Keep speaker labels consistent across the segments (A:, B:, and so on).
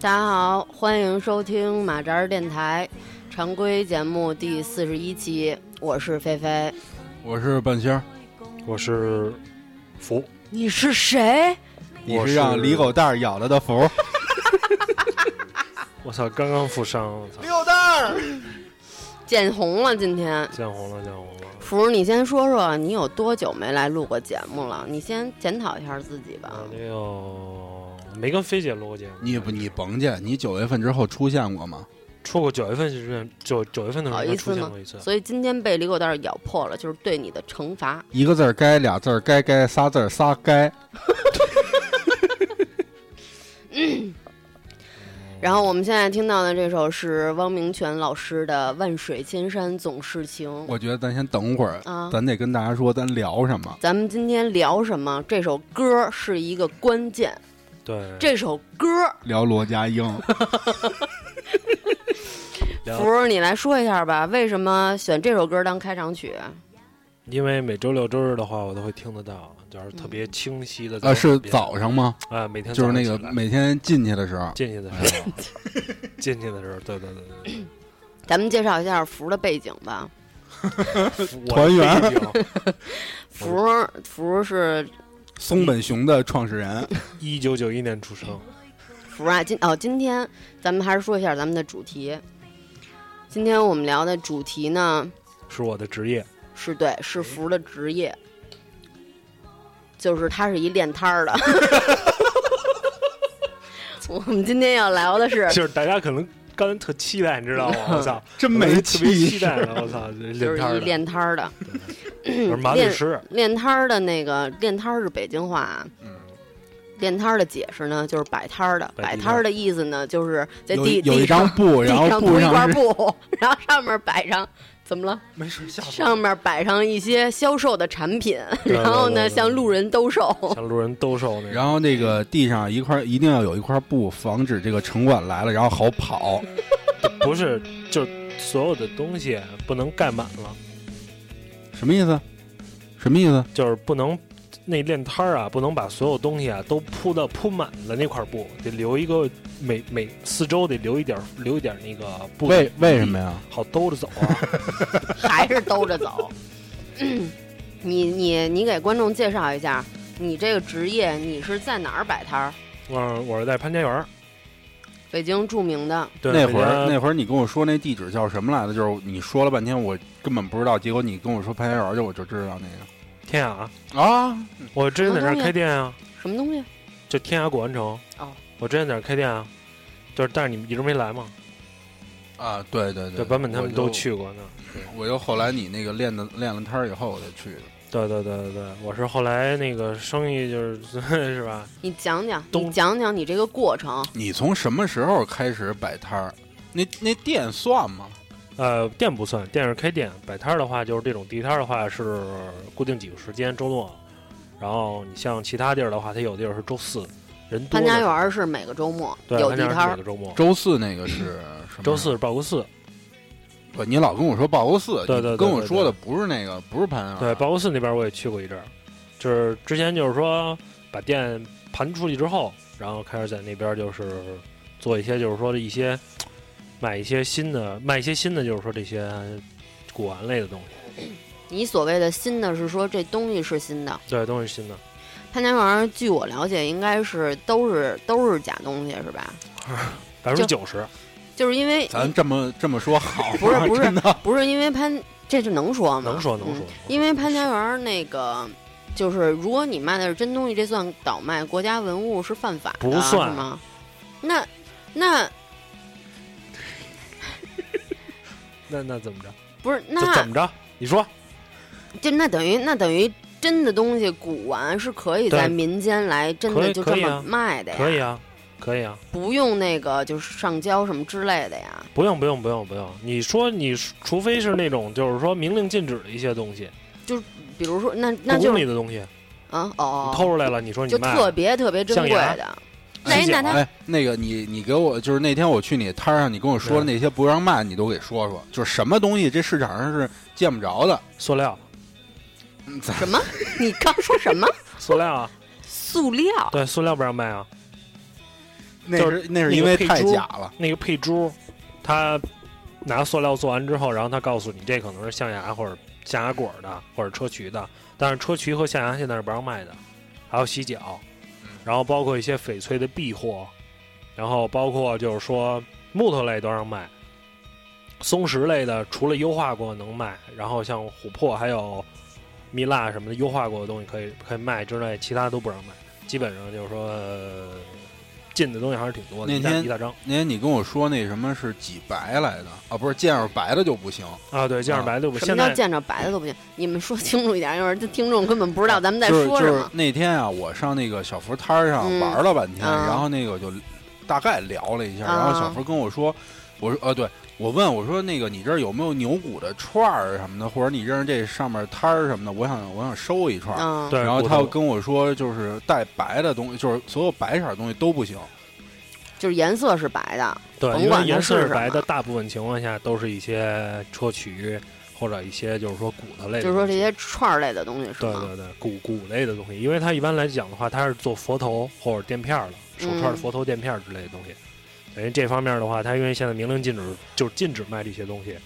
A: 大家好，欢迎收听马扎儿电台常规节目第四十一期，我是菲菲。
B: 我是半仙儿，
C: 我是福，
A: 你是谁？
B: 你
C: 我
B: 是让李狗蛋儿咬了的福。
C: 我操，刚刚负伤，我操，
B: 狗蛋儿，
A: 见红了，今天。
C: 见红了，见红了。
A: 福儿，你先说说你有多久没来录过节目了？你先检讨一下自己吧。
C: 我那个没跟菲姐录过节目，
B: 你不，你甭介，你九月份之后出现过吗？
C: 出过九月份是九九月份的时
A: 好
C: 候
A: 意
C: 就
A: 思
C: 出现
A: 吗
C: 过一次？，
A: 所以今天被李狗蛋儿咬破了，就是对你的惩罚。
B: 一个字儿该，俩字儿该该，仨字儿仨该。
A: 然后我们现在听到的这首是汪明荃老师的《万水千山总是情》
B: 我觉得咱先等会儿，
A: 啊。
B: 咱得跟大家说咱聊什么。
A: 咱们今天聊什么？这首歌是一个关键，
C: 对，
A: 这首歌，
B: 聊罗家英，
C: 聊
A: 福儿你来说一下吧，为什么选这首歌当开场曲？
C: 因为每周六周日的话，我都会听得到，就是特别清晰的。
B: 呃，是早上吗？
C: 啊，每天
B: 就是那
C: 早
B: 个
C: 上起来
B: 每天进去的时候，
C: 进去的时 候，进去的时候，对对对 对对
A: 咱们介绍一下福儿的背景吧。
C: 我的啊
B: 团圆
C: 背景
A: 福儿福儿是
B: 松本熊的创始人。
C: 一九九一年出生，
A: 福啊，今哦，今天咱们还是说一下咱们的主题。今天我们聊的主题呢，
C: 是我的职业。
A: 是对，是福儿的职业，就是他是一练摊儿的。 我们今天要聊 的是，
C: 就是大家可能刚才特期待，你知道吗？我操，
B: 真
C: 我
B: 没
C: 特别期
B: 气
C: 待
B: 势，
C: 了，我操，这
A: 就是
C: 摊儿
A: 一
C: 的
A: 练摊儿的。
C: 我是
B: 嗯
C: 麻律师，
A: 练摊儿的那个练摊儿是北京话啊，
B: 嗯
A: 练摊儿的解释呢就是摆摊儿的，
C: 摆地摊
A: 摆
C: 儿
A: 摊儿的意思呢就是在
B: 有
A: 地
B: 一有一
A: 地
B: 张
A: 上
B: 布，然
A: 地
B: 后
A: 上
B: 布
A: 铺一块
B: 上是
A: 布，然后上面摆上怎么了？
C: 没事，下
A: 上面摆上一些销售的产品，
C: 对
A: 然后
C: 对
A: 呢
C: 对对
A: 向路人兜售。
C: 像路人兜售那个，
B: 然后那个地上一块一定要有一块布，防止这个城管来了然后好跑。
C: 不是，就是所有的东西不能盖满了，
B: 什么意思？什么意思？
C: 就是不能那练摊儿啊，不能把所有东西啊都铺到铺满了那块布，得留一个每每四周得留一点留一点那个布，
B: 为为什么呀？
C: 好兜着走啊？
A: 还是兜着走。 你你你给观众介绍一下你这个职业，你是在哪儿摆摊儿？
C: 嗯，我是在潘家园儿，
A: 北京著名的
C: 对，
B: 那会
C: 潘
B: 儿
C: 家
B: 那会儿你跟我说那地址叫什么来着？就是你说了半天，我根本不知道。结果你跟我说潘家园儿去，我就知道那
C: 天涯，
B: 个啊。
C: 我之前在那儿开店啊，
A: 什么东西？
C: 就天涯古玩城，
A: 哦，
C: 我之前在那儿开店啊，就是但是你们一直没来嘛，
B: 啊，对对
C: 对，版本他们都。去过呢。
B: 我就后来你那个练的练了摊儿以后，我就去的。
C: 对对对对对，我是后来那个生意就是 是吧？
A: 你讲讲，你
C: 东
A: 讲讲你这个过程。
B: 你从什么时候开始摆摊儿？那那店算吗？
C: 呃，店不算，店是开店，摆摊儿的话就是这种地摊儿的话是固定几个时间，周末。然后你像其他地儿的话，它有地儿是周四，人多
A: 潘
C: 的时
A: 家
C: 候。
A: 园儿是每个周末
C: 对，
A: 有
C: 潘
A: 地
C: 家园
A: 摊
C: 是
A: 儿
C: 每个，周末。
B: 周四那个是什么？
C: 周四是报个四，
B: 对，你老跟我说报国寺，
C: 对对对
B: 你跟我说的不是那个，不是潘家园。
C: 对，报国寺那边我也去过一阵儿，就是之前就是说把店盘出去之后，然后开始在那边就是做一些就是说的一些买一些新的卖一些新的就是说这些古玩类的东西，
A: 你所谓的新的是说这东西是新的。
C: 对，都是新的。
A: 潘家园儿据我了解，应该是都是都是假东西是吧？
C: 百分之九十，
A: 就是因为
B: 咱这么这么说好吗？
A: 不是不是
B: 真的
A: 不是因为潘，这是能说吗？
C: 能说能说
A: 嗯。因为潘家园儿那个，就是如果你卖的是真东西，这算倒卖国家文物是犯法的，
C: 不算
A: 是吗？那那
C: 那那怎么着？
A: 不是
C: 这
A: 那
C: 怎么着？你说
A: 就那等于那等于真的东西古玩是可以在
C: 对
A: 民间来真
C: 可
A: 的
C: 以
A: 就
C: 可
A: 这
C: 以
A: 么
C: 啊
A: 卖哎的呀，
C: 可以啊，可以啊，
A: 不用那个就是上交什么之类的呀。
C: 不用不用不用不用。你说你除非是那种就是说明令禁止的一些东西，
A: 比如说那那
C: 故
A: 就
C: 宫
A: 是
C: 里的东西，
A: 啊
C: 你
A: 哦
C: 偷
A: 哦，
C: 出来了，你说你
A: 就
C: 卖
A: 特
C: 了，
A: 别特别珍
C: 象
A: 贵
C: 牙
A: 的。那
C: 洗脚
A: 那他
B: 哎，那个你你给我就是那天我去你摊儿上，你跟我说的那些不让卖，你都给说说，就是什么东西这市场上是见不着的。
C: 塑料，
B: 嗯咱
A: 什么？你刚说什么？
C: 塑料啊，
A: 塑料？
C: 对，塑料不让卖啊，
B: 那
C: 就是
B: 那是
C: 那
B: 因
C: 个
B: 为
C: 配
B: 太
C: 珠
B: 假了，
C: 那个配珠，他拿塑料做完之后，然后他告诉你这可能是象牙或者象牙果的或者砗磲的，但是砗磲和象牙现在是不让卖的，还有洗脚，
B: 嗯
C: 然后包括一些翡翠的壁货，然后包括就是说木头类都让卖，松石类的除了优化过能卖，然后像琥珀还有蜜蜡什么的优化过的东西可以可以卖之外，其他都不让卖，基本上就是说。呃进的东西还是挺多的，
B: 那
C: 一大
B: 天
C: 一大张。
B: 那天你跟我说那什么是几白来的啊？不是见着白的就不行。
C: 啊，对，见着
B: 啊
C: 白的我
A: 什么
C: 现
A: 叫
C: 在
A: 见着白的都不行？你们说清楚一点，要不然这听众根本不知道咱们在
B: 啊就是
A: 说
B: 就
A: 什
B: 是
A: 么。
B: 那天啊，我上那个小福摊儿上
A: 嗯
B: 玩了半天，
A: 啊
B: 然后那个就大概聊了一下，
A: 啊
B: 然后小福跟我说，我说呃，对我问我说那个你这儿有没有牛骨的串儿什么的，或者你认识这上面摊儿什么的，我想我想收一串儿。
A: 嗯，
C: 对，
B: 然后
C: 骨
B: 他又
C: 头
B: 跟我说，就是带白的东西，就是所有白色儿的东西都不行。
A: 就是颜色是白的，
C: 对，
A: 甭
C: 因
A: 管
C: 为
A: 它
C: 颜色
A: 是
C: 是
A: 什
C: 白的，
A: 么
C: 大部分情况下都是一些砗磲或者一些就是说骨头类的东西，
A: 就是说这些串儿类的东西是
C: 对
A: 吗？
C: 对对骨骨类的东西，因为它一般来讲的话，它是做佛头或者垫片儿的手串儿
A: 嗯
C: 佛头垫片儿之类的东西。等于这方面的话，它因为现在明令禁止，就是禁止卖这些东西。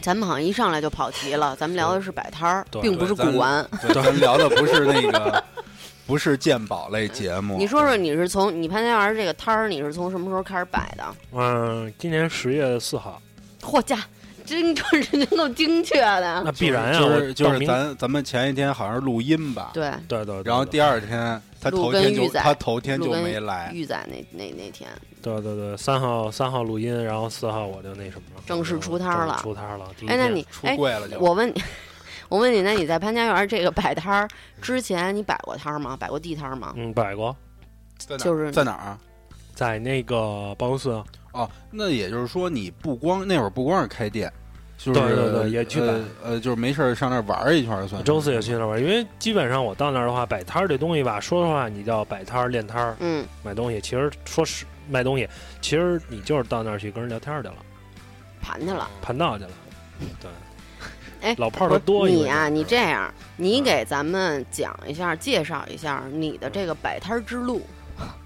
A: 咱们好像一上来就跑题了，咱们聊的是摆摊儿
C: 对，
A: 并不是古玩。
B: 对，咱嗯们聊的不是那个， 不是鉴宝类节目。
A: 你说说，你是从你潘家园这个摊儿，你是从什么时候开始摆的？
C: 嗯，今年十月四号，
A: 嚯家，真 就是能够精确的。
C: 那必然啊，
B: 就是就
C: 我到
B: 是
C: 明
B: 咱咱们前一天好像是录音吧，
A: 对，
C: 对对，对
B: 然后第二天他
A: 陆
B: 头
A: 根
B: 天
A: 玉
B: 就
A: 仔
B: 他头天就
A: 陆根
B: 没来，
A: 玉仔那那那天，
C: 对对对，三号三号录音，然后四号我就那什么了，
A: 正式
C: 我就
A: 出摊儿
C: 正式
A: 了
C: 出摊儿了。第一
A: 哎，那
C: 天
A: 你
B: 出
A: 哎，
B: 柜了就。
A: 我问你，我问你，那你在潘家园这个摆摊儿之前，你摆过摊儿吗？摆过地摊儿吗？
C: 嗯摆过，
B: 在哪儿
A: 就是
B: 在哪儿啊？
C: 在那个办公室啊，
B: 哦，那也就是说你不光那会儿不光是开店，就是
C: 对对对也去
B: 呃呃，就是没事儿上那儿玩儿一圈儿算是。
C: 周四也去那玩儿，因为基本上我到那儿的话，摆摊儿这东西吧，说实话，你叫摆摊儿、练摊儿、
A: 嗯，
C: 买东西，其实说是卖东西，其实你就是到那儿去跟人聊天儿去了，
A: 盘去了。
C: 盘道去了。对，
A: 哎
C: 老炮儿的多
A: 你
C: 呀、
A: 呀、你这样，你
C: 嗯
A: 给咱们讲一下，介绍一下你的这个摆摊儿之路，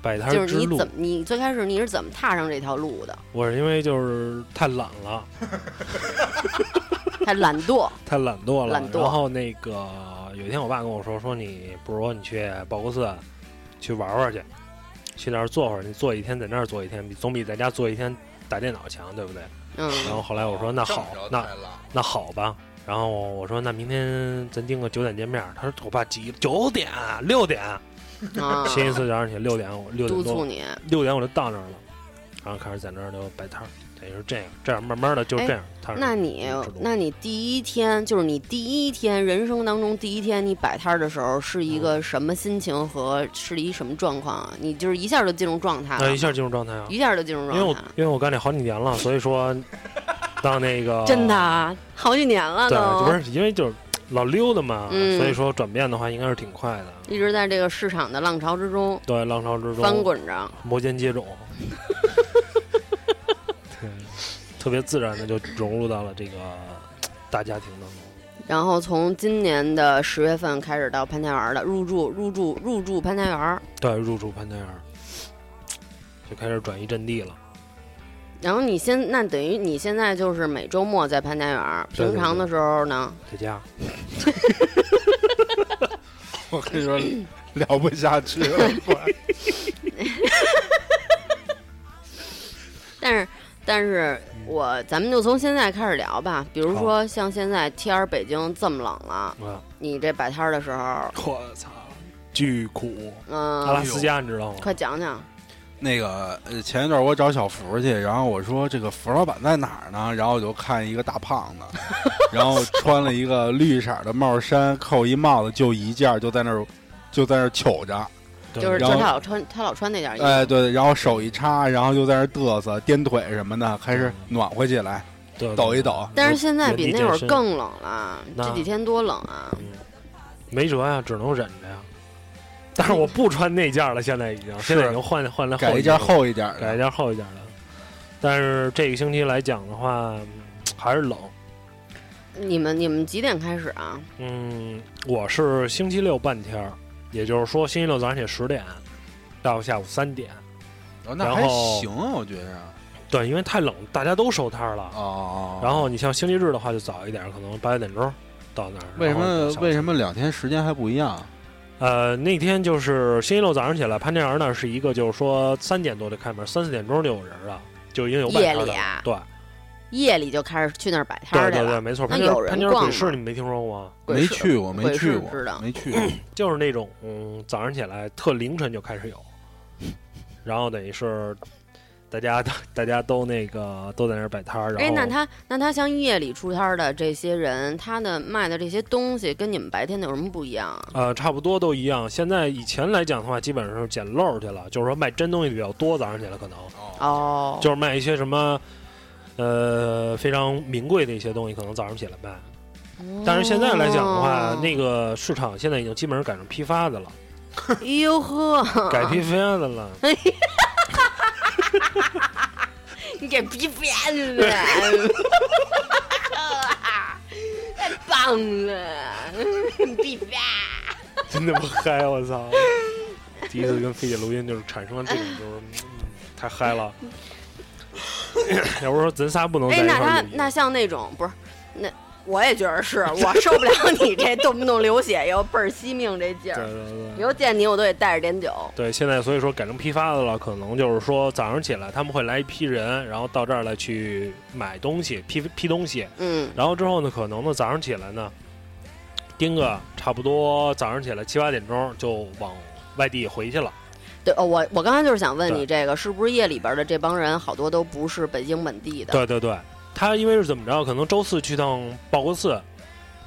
C: 摆摊
A: 就
C: 儿
A: 是
C: 之
A: 你
C: 路
A: 怎，么，你最开始你是怎么踏上这条路的？
C: 我是因为就是太懒了，
A: 太懒惰，
C: 太懒惰了。
A: 懒惰
C: 然后那个有一天，我爸跟我说，说你不如你去报国寺去玩玩去，去那儿坐会儿，你坐一天在那儿坐一天，比总比在家坐一天打电脑强，对不对？
A: 嗯，
C: 然后后来我说那好，那那好吧。然后我说那明天咱定个九点见面儿。他说我爸急了，九点六点，
A: 啊，
C: 星期四早上起来六点我六
A: 督
C: 点
A: 促
C: 多
A: 你。
C: 六点我就到那儿了，然后开始在那儿就摆摊儿，等于是这样这样慢慢的就是这样。摊儿
A: 哎那你
C: 这种，
A: 那你第一天就是你第一天人生当中第一天你摆摊儿的时候是
C: 嗯
A: 一个什么心情和是一什么状况啊？你就是一下就进入状态
C: 那
A: 了
C: 一，下进入状态啊，
A: 一下就进入
C: 因为我
A: 状态，
C: 因为我干这好几年了，所以 说到那个
A: 真的啊，好几年了
C: 对，就
A: 都，
C: 不是因为就是老溜达嘛，
A: 嗯
C: 所以说转变的话应该是挺快的。
A: 一直在这个市场的浪潮之中
C: 对，浪潮之中
A: 翻滚着。
C: 摩肩接踵，对，特别自然的就融入到了这个大家庭当中。
A: 然后从今年的十月份开始到潘家园的入住、入住、入住潘家园。
C: 对，入住潘家园，就开始转移阵地了。
A: 然后你现那等于你现在就是每周末在潘家园，
C: 对对
A: 平常的时候呢，
C: 在家，
B: 我跟你说聊不下去了，
A: 但是但是我咱们就从现在开始聊吧。比如说像现在天儿北京这么冷了，
C: 啊，
A: 你这摆摊儿的时候，
C: 我操，巨苦！
A: 嗯、
C: 阿拉斯加你知道吗？
A: 快讲讲，
B: 那个呃，前一段我找小福去，然后我说这个福老板在哪儿呢？然后我就看一个大胖子，然后穿了一个绿色的帽衫，扣一帽子，就一件儿，就在那儿就在那儿瞅着，
C: 对
A: 就是
B: 然
A: 就
B: 后
A: 他老穿他老穿那件衣服，
B: 哎对，然后手一插，然后就在那儿嘚瑟、颠腿什么的，开始暖和起来，
C: 对对
B: 抖一抖。
A: 但是现在比
C: 原地
A: 那会儿
C: 健身
A: 更冷了，
C: 那
A: 这几天多冷啊！
C: 嗯没辙呀，只能忍着呀。但是我不穿那件了，现在已经，现在已经换换了
B: 改一件
C: 件，
B: 厚一点儿
C: 改一
B: 的，
C: 件厚一点的。但是这个星期来讲的话，嗯还是冷。
A: 你们你们几点开始啊？
C: 嗯，我是星期六半天儿，也就是说星期六早上起十点到下午三点，
B: 哦那
C: 然
B: 还
C: 后
B: 行，我觉着。
C: 对，因为太冷，大家都收摊儿了。
B: 哦，
C: 然后你像星期日的话，就早一点，可能八九点钟到那儿。
B: 为什
C: 然后
B: 么
C: 小
B: 为什么两天时间还不一样？
C: 呃，那天就是星期六早上起来，潘家园呢是一个就是说三点多就开门，三四点钟就有人了，就已经有摆摊
A: 夜
C: 的
A: 里
C: 了。
A: 啊
C: 对
A: 夜里就开始去那儿摆摊
C: 对
A: 儿去
C: 对
A: 了。
C: 对，没错。
A: 那
C: 潘家园
A: 有人
C: 潘家园
A: 逛
C: 鬼
A: 吗
C: 市你们没听说过吗？
A: 鬼
B: 没
A: 市
B: 去过，没
A: 鬼
B: 去
A: 市
B: 过
A: 知道，
B: 没去过。
C: 就是那种嗯，早上起来特凌晨就开始有，然后等于是大家 都大家都那个都在那儿摆摊儿，然
A: 哎，
C: 后
A: 那他那他像夜里出摊儿的这些人，他的卖的这些东西跟你们白天的有什么不一样啊？
C: 呃，差不多都一样。现在以前来讲的话，基本上是捡漏儿去了，就是说卖真东西比较多。早上起来可能
A: 哦，
C: 就是卖一些什么，呃，非常名贵的一些东西，可能早上起来卖。
A: 哦
C: 但是现在来讲的话，那个市场现在已经基本上改成批发的了，
A: 嗯个哟呵，
C: 改批发的了。
A: 你给逼变了，啊太棒了，逼变。
C: 真他妈嗨！我操！第一次跟菲姐录音，就是产生了这种，就是、嗯太嗨了。要不说咱仨不能在
A: 哎，
C: 一
A: 那
C: 块儿
A: 他
C: 录音
A: 那像那种不是那。我也觉得是我受不 了你这动不动流血又倍儿惜命这劲
C: 对
A: 儿，
C: 对
A: 以
C: 对
A: 后见你我都得带着点酒。
C: 对，现在所以说改成批发的了，可能就是说早上起来他们会来一批人，然后到这儿来去买东西，批批东西，
A: 嗯，
C: 然后之后呢，可能呢早上起来呢，盯个差不多早上起来七八点钟就往外地回去了。
A: 对哦，我我刚才就是想问你
C: 对
A: 这个，是不是夜里边的这帮人好多都不是北京本地的？
C: 对对对，他因为是怎么着，可能周四去趟报国寺，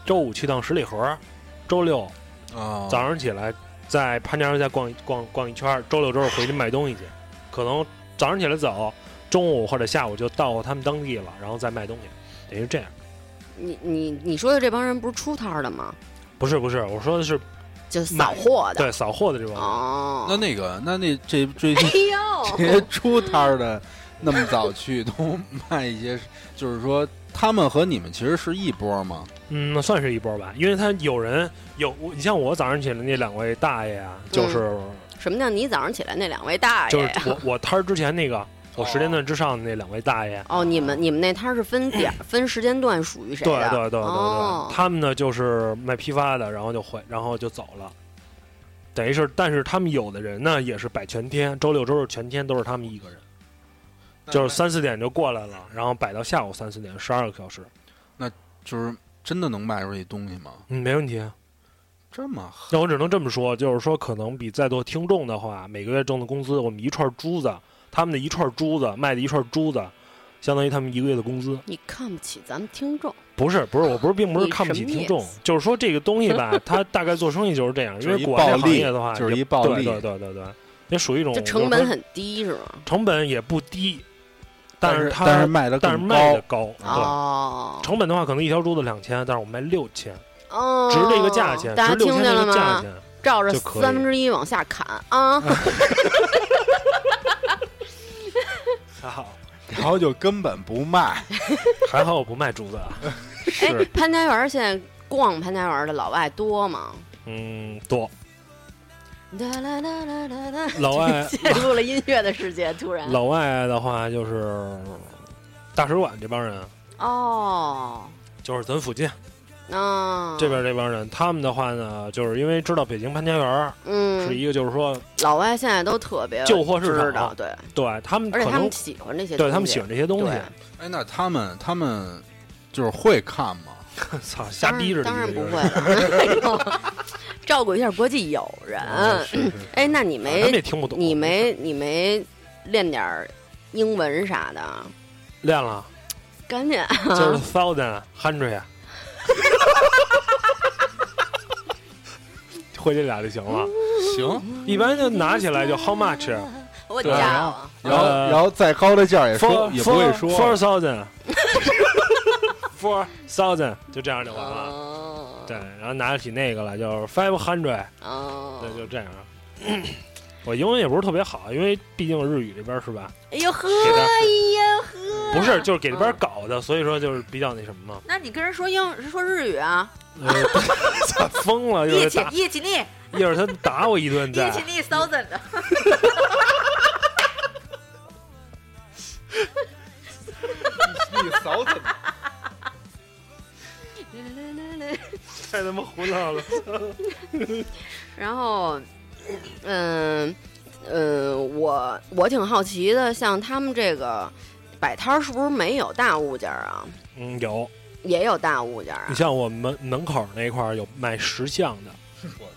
C: 周五去趟十里河，周
A: 哦
C: 六
B: 啊，
C: 早上起来在潘家园再逛一逛逛一圈儿，周六周日回去买东西去，可能早上起来早，中午或者下午就到他们当地了，然后再卖东西，等于是这样。
A: 你你你说的这帮人不是出摊儿的吗？
C: 不是不是，我说的是
A: 就扫货的。
C: 对扫货的这帮人。
A: 哦，
B: 那那个那那这这些这
A: 哎
B: 些
A: 呦，
B: 出摊儿的那么早去都卖一些，就是说他们和你们其实是一波嘛。
C: 嗯，那算是一波吧，因为他有人有我，你像我早上起来那两位大爷啊，就是、
A: 什么叫你早上起来那两位嗯大
C: 就
A: 爷
C: 是？我我摊儿之前那个，我
B: 哦
C: 十点半之上的那两位大爷，啊
A: 哦，你们你们那摊儿是分点儿分时间段属于谁
C: 对
A: 的？
C: 对对对对，
A: 哦
C: 他们呢就是卖批发的，然后就回，然后就走了。等于是，但是他们有的人呢也是摆全天，周六周日全天都是他们一个人，就是三四点就过来了，然后摆到下午三四点，十二个小时，
B: 就是真的能卖出去东西吗？
C: 嗯，没问题啊。
B: 这么狠
C: 那我只能这么说，就是说，可能比在座听众的话，每个月挣的工资，我们一串珠子，他们的一串珠子卖的一串珠子，相当于他们一个月的工资。
A: 你看不起咱们听众，
C: 不是，不是，我不是，并不是
A: 你
C: 看不
A: 什
C: 起
A: 么
C: 听
A: 意
C: 众
A: 思，
C: 就是说这个东西吧，它大概做生意就是这样，因
B: 就是
C: 为
B: 一
C: 果这
B: 暴
C: 行
B: 利
C: 业的话，
B: 就是
C: 也
B: 一暴
C: 对
B: 利
C: 对对对对，也属于一种
A: 这
C: 就是
A: 成本
C: 说
A: 很低是吗？
C: 成本也不低，
B: 但
C: 是
B: 是
C: 它
B: 是卖的
C: 但是卖的高，对，
A: 哦
C: 成本的话可能一条珠子两千，但是我卖六千，
A: 哦，
C: 值这个价钱，
A: 大家
C: 值六
A: 听
C: 千
A: 见
C: 这
A: 了
C: 个价
A: 吗？
C: 钱，
A: 照着
C: 就可以
A: 三分之一往下砍啊！
C: 还好，
B: 然后就根本不卖。
C: 还好我不卖珠子啊，
A: 哎
C: 是，，
A: 潘家园儿现在逛潘家园儿的老外多吗？
C: 嗯，多。
A: 哒啦啦啦啦啦，
C: 老外
A: 陷入了音乐的世界，突然
C: 老外的话就是大使馆这帮人，
A: 哦，
C: 就是咱附近
A: 啊，
C: 这边这帮人，他们的话呢，就是因为知道北京潘家园儿
A: 嗯，
C: 是一个，就是说，
A: 老外现在都特别
C: 旧货市场啊
A: 知道，对，
C: 对他们
A: 而且
C: 可
A: 他
C: 能
A: 们喜欢这些东
C: 对
A: 西，
C: 他们喜欢这些东西，
B: 哎，那他们他们就是会看吗？
C: 操，瞎
A: 当
C: 逼着
A: 然当然不会
C: 会。
A: 了，照顾一下国际友人。
C: 嗯是是是
A: 哎，那你
C: 咱们也
A: 没
C: 听不懂，
A: 你没你没练点儿英文啥的？
C: 练了，啊
A: 赶紧
C: 就是 thousand hundred，会这俩就行了。
B: 行，
C: 一般就拿起来就 how much，
A: 我
C: 啊
A: 啊
B: 对，
A: 家
B: 然
A: 伙
B: 后然后
C: 呃
B: 然后再高的价儿也说
C: four
B: 也不会说
C: four thousand four thousand，就这样就完了。
A: 哦，
C: 对，然后拿起那个来，就是 five hundred，
A: 哦，
C: 对，就这样。 我英文也不是特别好，因为毕竟日语这边是吧，
A: 哎呦呵，
C: 给他
A: 哎呦呵，
C: 不是就是给这边搞的，所以说就是比较那什么嘛。
A: 那你跟人说英说日语啊？
C: 呃，操疯了，一会
A: 一
C: 儿
A: 起
C: 打，
A: 一起你，
C: 一会儿他打我一顿
A: 一
C: 再
A: 起。你骚怎的？
B: 你嫂怎么
C: 太他妈胡闹了！
A: 然后，嗯，呃，我我挺好奇的，像他们这个摆摊儿是不是没有大物件儿啊？
C: 嗯，有
A: 也有大物件儿
C: 你
A: 啊？
C: 像我们门门口那块儿有卖石像的，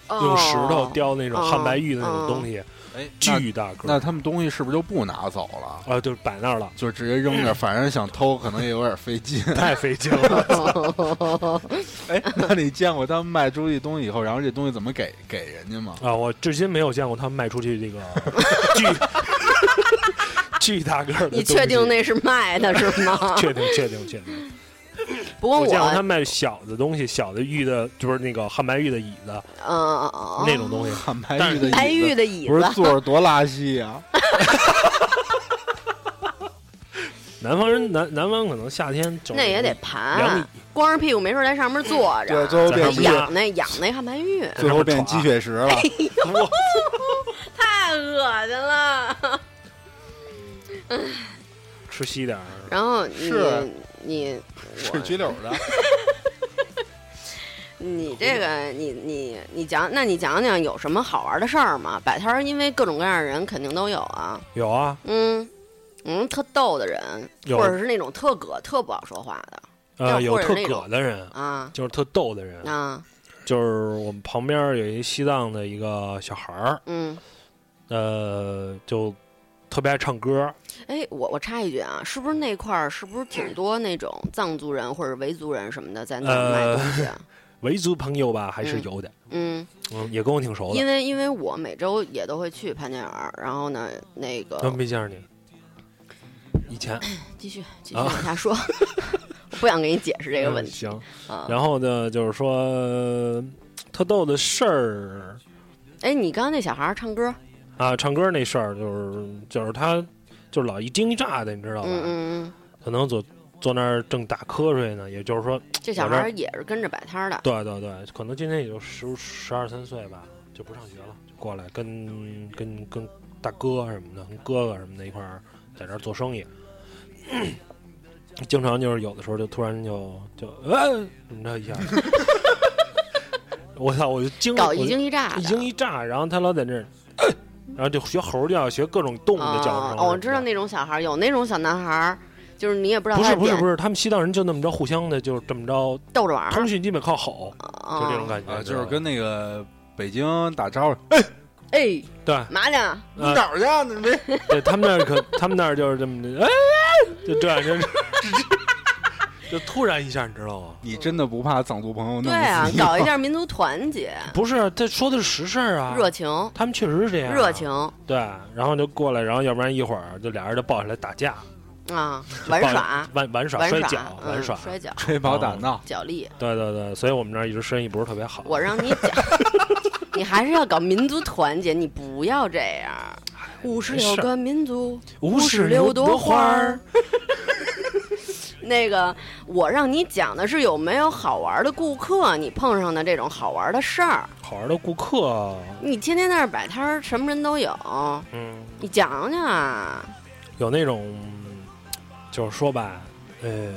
A: 哦
C: 用石头雕那种
A: 哦
C: 汉白玉的那种
A: 哦
C: 东西，
B: 哎，那
C: 巨大个儿
B: 那他们东西是不是就不拿走了？
C: 啊，就是摆那儿 了，
B: 就直接扔 那儿，反正想偷可能也有点费劲。
C: 太费劲了。
B: 哎，那你见过他们卖出去东西以后，然后这东西怎么给给人家吗？
C: 啊，我至今没有见过他们卖出去这个巨巨 大个儿的东西。？
A: 你确定那是卖的是吗
C: 确定确定确定。
A: 不过
C: 我
A: 我，
C: 见过他
A: 嗯
C: 卖小的东西，小的玉的，就是那个汉白玉的椅子
A: 嗯嗯，
C: 那种东 西。
B: 看白
C: 但
B: 玉
C: 是
B: 的
A: 白
B: 椅
A: 玉
B: 子，
A: 的椅
B: 不是
A: 子，
B: 坐着多啊拉稀呀、
C: 南方人南南方可能夏天整
A: 那也得
C: 两米
A: 盘，，光着屁股没事儿在上面坐
B: 对，
A: 着，
B: 最后
C: 咱
B: 变
C: 们
B: 鸡血，
C: 俩
A: 养那养那汉白玉，
B: 最后变鸡血石 了。
C: 哇
A: 太恶心了。
C: 吃稀点儿。
A: 然后你
B: 是啊
A: 你
B: 是
A: 我
B: 焗柳的，
A: 你这个你你你讲，那你讲讲有什么好玩的事儿吗？摆摊儿，因为各种各样的人肯定都有啊。
C: 有啊，
A: 嗯嗯，特逗的人，
C: 有
A: 或者是那种特葛、特不好说话的
C: 呃，有
A: 或者
C: 特
A: 那种
C: 葛的人，
A: 啊
C: 就是特逗的人，
A: 啊
C: 就是我们旁边有一西藏的一个小孩儿，
A: 嗯。
C: 呃，就特别爱唱歌，
A: 哎，我我插一句啊，是不是
C: 嗯
A: 那块儿是不是挺多那种藏族人或者维族人什么的在那儿卖东西、
C: 呃
A: 啊？
C: 维族朋友吧还是
A: 嗯
C: 有的，
A: 嗯，
C: 嗯，也跟我挺熟的
A: 因，为因为我每周也都会去潘家园儿，然后呢，那
C: 那
A: 个
C: 没见着你。以前
A: 继续继续
C: 啊
A: 往下说， 我不想给你解释这个问
C: 嗯
A: 题。
C: 行，
A: 啊。
C: 然后呢，就是说呃特逗的事儿，
A: 哎，你刚刚那小孩儿唱歌，
C: 啊，唱歌那事儿就是就是他就是老一惊一乍的，你知道吧？
A: 嗯嗯嗯，
C: 可能坐坐那儿正打瞌睡呢，也就是说，
A: 这小孩儿也是跟着摆摊儿的。
C: 对对对，可能今天也就十十二三岁吧，就不上学了，就过来跟跟跟大哥啊什么的，跟哥哥什么的一块儿在这儿做生意。 经常就是有的时候就突然就就呃，你知道一下， 我操，我就惊了，
A: 搞
C: 我
A: 一
C: 就
A: 惊一乍的，
C: 一惊一乍，然后他老在那儿， 然后就学猴叫，学各种动物的叫
A: 啊
C: 声。
A: 哦，我知道那种小孩儿，有那种小男孩儿，就是你也不知道
C: 不
A: 他
C: 是不是
A: 点
C: 不是，他们西藏人就那么着互相的，就这么着，
A: 逗着玩儿，
C: 通讯基本靠吼，
A: 啊
C: 就这种感觉，
B: 啊，
C: 你知
B: 就
C: 道
B: 是
C: 吧
B: 跟那个北京打招呼，
A: 哎，
C: 对
B: 呃
C: 嗯
A: 嘛呢？
B: 你哪儿去啊？你没
C: 对，他们那儿可他们那儿就是这么的，哎，就这 样，就是就突然一下，你知道吗？
B: 你真的不怕藏族朋友
A: 对
B: 弄
A: 啊
B: 死，你？
A: 搞一下民族团结，
C: 不是，他说的是实事儿啊，
A: 热，情，
C: 他们确实是这样，
A: 热情
C: 对，啊然后就过来，然后要不然一会儿就俩人就抱起来打架，
A: 啊，玩
C: 抱
A: 耍，
C: 玩玩耍，
A: 玩
C: 摔
A: 耍
C: 跤，，玩
A: 嗯
C: 耍，
A: 摔跤，
B: 吹跑打闹，
A: 脚力。
C: 对对对，所以我们那儿一直生意不是特别好。
A: 我让你 讲， 你还是要搞民族团结，你不要这样。五十六
C: 哎没事
A: 个民族，
C: 五
A: 十
C: 十
A: 六
C: 六
A: 朵
C: 朵
A: 花
C: 花
A: 儿
C: 儿。
A: 那个，我让你讲的是有没有好玩的顾客，你碰上的这种好玩的事儿，
C: 好玩的顾客，啊
A: 你天天在那儿摆摊儿，什么人都有，
C: 嗯，
A: 你讲讲啊。
C: 有那种，就是说吧，呃，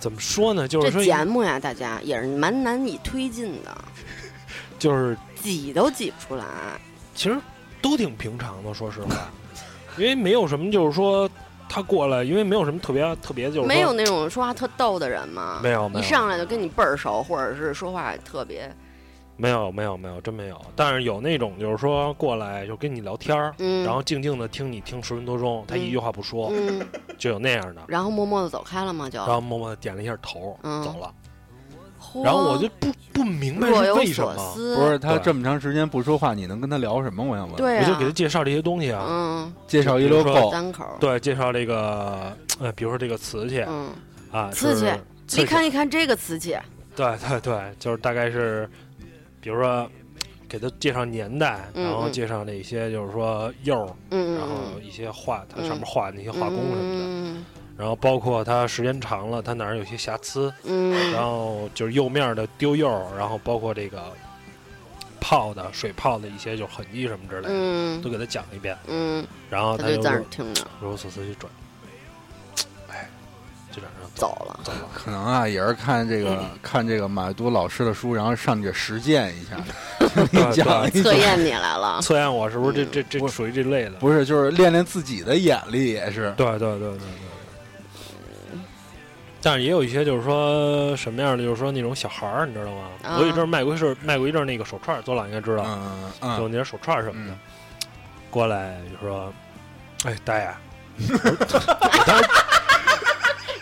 C: 怎么说呢？就是
A: 这
C: 说，
A: 节目呀，大家也是蛮难以推进的，
C: 就是
A: 挤都挤不出来。
C: 其实都挺平常的，说实 话，因为没有什么，就是说他过来，因为没有什么特别特别，就是说
A: 没有那种说话特逗的人吗？
C: 没有没
A: 一
C: 有
A: 上来就跟你倍儿熟，或者是说话特别，
C: 没有没有没有真没有，但是有那种就是说过来就跟你聊天儿。
A: 嗯，
C: 然后静静的听你听十分多钟，他
A: 嗯
C: 一句话不说，
A: 嗯，
C: 就有那样的，
A: 然后默默的走开了吗？就，
C: 然后默默的点了一下头、
A: 嗯
C: 走了，
A: 嚯
C: 然后我就不不明白
A: 若
C: 是
A: 有
C: 为什
A: 所
C: 么，
A: 思，
B: 不是他这么长时间不说话，你能跟他聊什么？我想问。，
A: 对、啊，
C: 我就给他介绍这些东西啊，
A: 嗯，
B: 介绍一溜
C: 比如
B: 够，
A: 单口，
C: 对，介绍这个呃，比如说这个瓷器、
A: 嗯，
C: 啊，
A: 瓷器
C: 是，
A: 你
C: 瓷器，
A: 看你看这个瓷器，
C: 对对对，就是大概是，比如说给他介绍年代，
A: 嗯
C: 然后
A: 嗯
C: 介绍那些就是说釉儿，
A: 嗯
C: 然后
A: 嗯
C: 一些画，它
A: 嗯
C: 上面画的那些
A: 嗯，
C: 画工什么的，
A: 嗯
C: 然后包括它时间长了，它哪儿有些瑕疵，
A: 嗯，
C: 然后就是釉面的丢釉，然后包括这个泡的、水泡的一些就是痕迹什么之类的，
A: 嗯
C: 都给他讲一遍，
A: 嗯，
C: 然后
A: 他
C: 他
A: 就
C: 就
A: 在那儿听着
C: 若有所思就转，哎，就这样
A: 走了。
C: 走了。
B: 可能啊，也是看这个、看这个马未都老师的书，然后上你这实践一下，
C: 对
B: 讲一
A: 测
B: 讲，
A: 验你来 了，
C: 测验我是不是这这这
B: 不
C: 属于这类的？
B: 不是就是练练自己的眼力也是。
C: 对对对对对。但是也有一些就是说什么样的，就是说那种小孩儿，你知道吗？
A: 啊
C: 我有一阵儿卖过一阵儿卖过一阵儿那个手串儿，左老应该知道，
B: 嗯
C: 就
B: 嗯
C: 那些手串儿什么的
B: 嗯，，
C: 过来就说：“哎，大 爷，我当时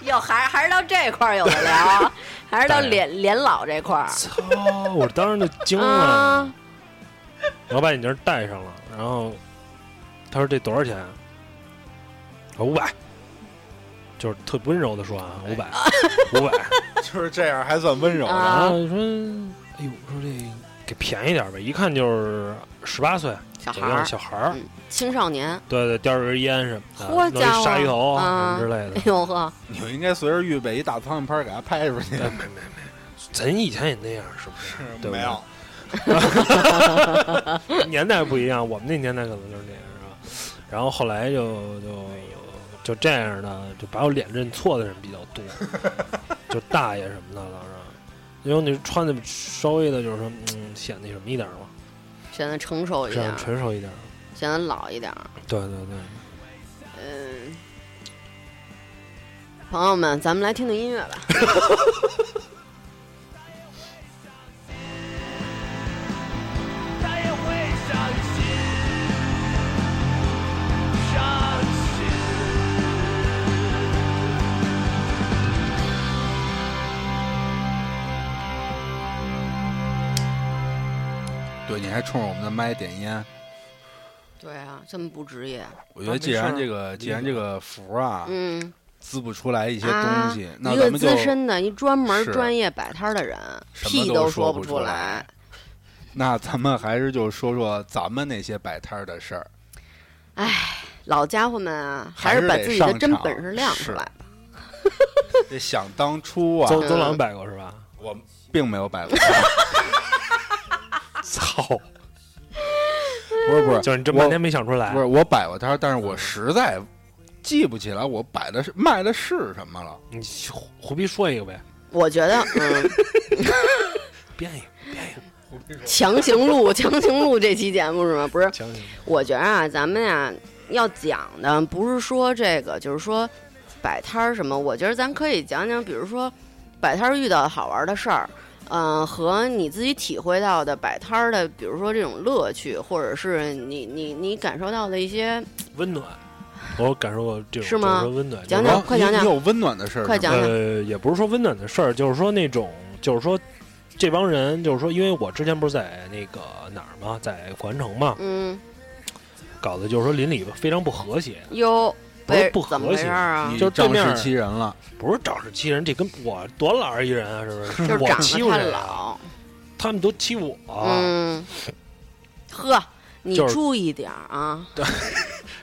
A: 哟，还还是到这块儿有的聊，啊还是到
C: 对
A: 脸脸老这块儿。
C: 操！我当时就惊了
A: 啊，，
C: 我把眼镜戴上了，然后他说这多少钱？我五百，就是特温柔的说啊，五百，
A: 哎
C: 五 百。
B: 就是这样还算温柔
A: 啊
B: 的。
C: 然后说，哎呦，我说这给便宜点呗，一看就是十八岁
A: 小
C: 左
A: 孩
C: 右的
A: 儿，
C: 小孩儿
A: 嗯，青少年，
C: 对对，叼着根烟什么
B: 啊
A: 嚯
C: 的，弄一
A: 家伙
C: 鲨鱼头
A: 啊
C: 什么之类的
A: 哎。呦呵，
B: 你们应该随时预备一大苍蝇拍给他拍出去
C: 哎，没没没，咱以前也那样，是不是？对
B: 没有？
C: 年代不一样，我们那年代可能就是那样，是吧？然后后来就就就这样的，就把我脸认错的人比较 多，就大爷什么的，当时，因为你穿的稍微的，就是说，嗯，显那什么一点儿嘛，
A: 显得成熟一
C: 这
A: 点
C: 样
A: 儿，
C: 成熟一点儿。
A: 显得老一点儿。
C: 对对对，
A: 嗯，朋友们，咱们来听听音乐吧。
D: 他也会伤心，伤心。
B: 对，你还冲着我们的麦点烟。
A: 对啊，这么不职业。
B: 我觉得既然这个既然这个福啊，
A: 嗯，
B: 滋不出来一些
A: 啊
B: 东西，那
A: 一
B: 咱
A: 个
B: 们就
A: 资深的，一专门
B: 是
A: 专业摆摊儿的人，
B: 什么
A: 屁
B: 都
A: 说
B: 说不
A: 出
B: 出来。那咱们还是就说说咱们那些摆摊儿的事 儿。
A: 老家伙们啊，
B: 还
A: 是
B: 是
A: 把
B: 得
A: 自己
B: 上
A: 的真
B: 场
A: 本事亮出
B: 是
A: 来。
B: 这想当初啊，
C: 邹邹老摆过是吧？
B: 我并没有摆过，
C: 操！
B: 不是不是，
C: 就是你这
B: 我
C: 半天没想出来嗯
B: 不，是我摆过摊儿，但是我实在记不起来我摆的是卖的是什么了。
C: 你胡胡逼说一个呗，
A: 我觉得，嗯，
C: 编一个，编一个，
A: 强行录，强行录这期节目是吗？不是，
C: 讲讲。
A: 我觉得啊，咱们呀、要讲的不是说这个，就是说摆摊儿什么。我觉得咱可以讲讲，比如说摆摊儿遇到的好玩的事儿，嗯、和你自己体会到的摆摊儿的，比如说这种乐趣，或者是你你你感受到的一些，
C: 温暖，我感受过这种
A: 是吗
C: 就是说温暖，
A: 讲
C: 就是
B: 然
A: 讲
C: 说
B: 后
A: 快讲
B: 你
A: 讲
B: 你有温暖的事儿是吗，
A: 快讲讲。
C: 呃，也不是说温暖的事儿，就是说那种，就是说这帮人，就是说，因为我之前不是在那个哪儿嘛，在古玩城嘛，
A: 嗯，
C: 搞的就是说邻里非常不和谐，
A: 哟，
C: 不是
A: 喂
C: 不和
A: 怎么回事
C: 谐
A: 儿啊
B: 你？
C: 就对
B: 仗
C: 面
B: 势欺人了，
C: 不是仗势欺人，这跟我多老而一人啊，是不是？
A: 就是
C: 我
A: 长
C: 欺
A: 得
C: 负
A: 太
C: 人啊，
A: 老，
C: 他们都欺负我、
A: 嗯，呵，你
C: 就是
A: 注意点儿啊，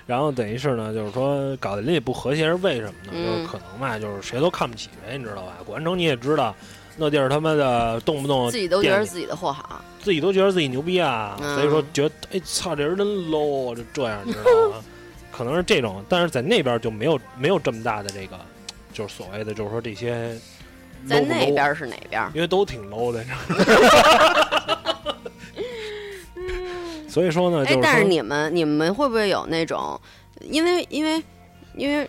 C: 然后等于是呢，就是说搞得邻里不和谐是为什么呢？
A: 嗯
C: 就是可能吧，就是谁都看不起谁，你知道吧？古玩城你也知道，那地儿他妈的动不动
A: 自己都觉
C: 店
A: 得
C: 里
A: 自己的货好，
C: 自己都觉得自己牛逼啊，
A: 嗯
C: 所以说觉得哎操这人真 low，就这样，你知道吗？可能是这种，但是在那边就没有没有这么大的这个，就是所谓的就是说这些 low
A: 在
C: 不
A: 那
C: low，
A: 边儿是哪边儿？
C: 因为都挺 low 的，你知道吗？所以说呢，
A: 哎
C: 就，
A: 但
C: 是
A: 是
C: 说
A: 你们你们会不会有那种，因为因为因为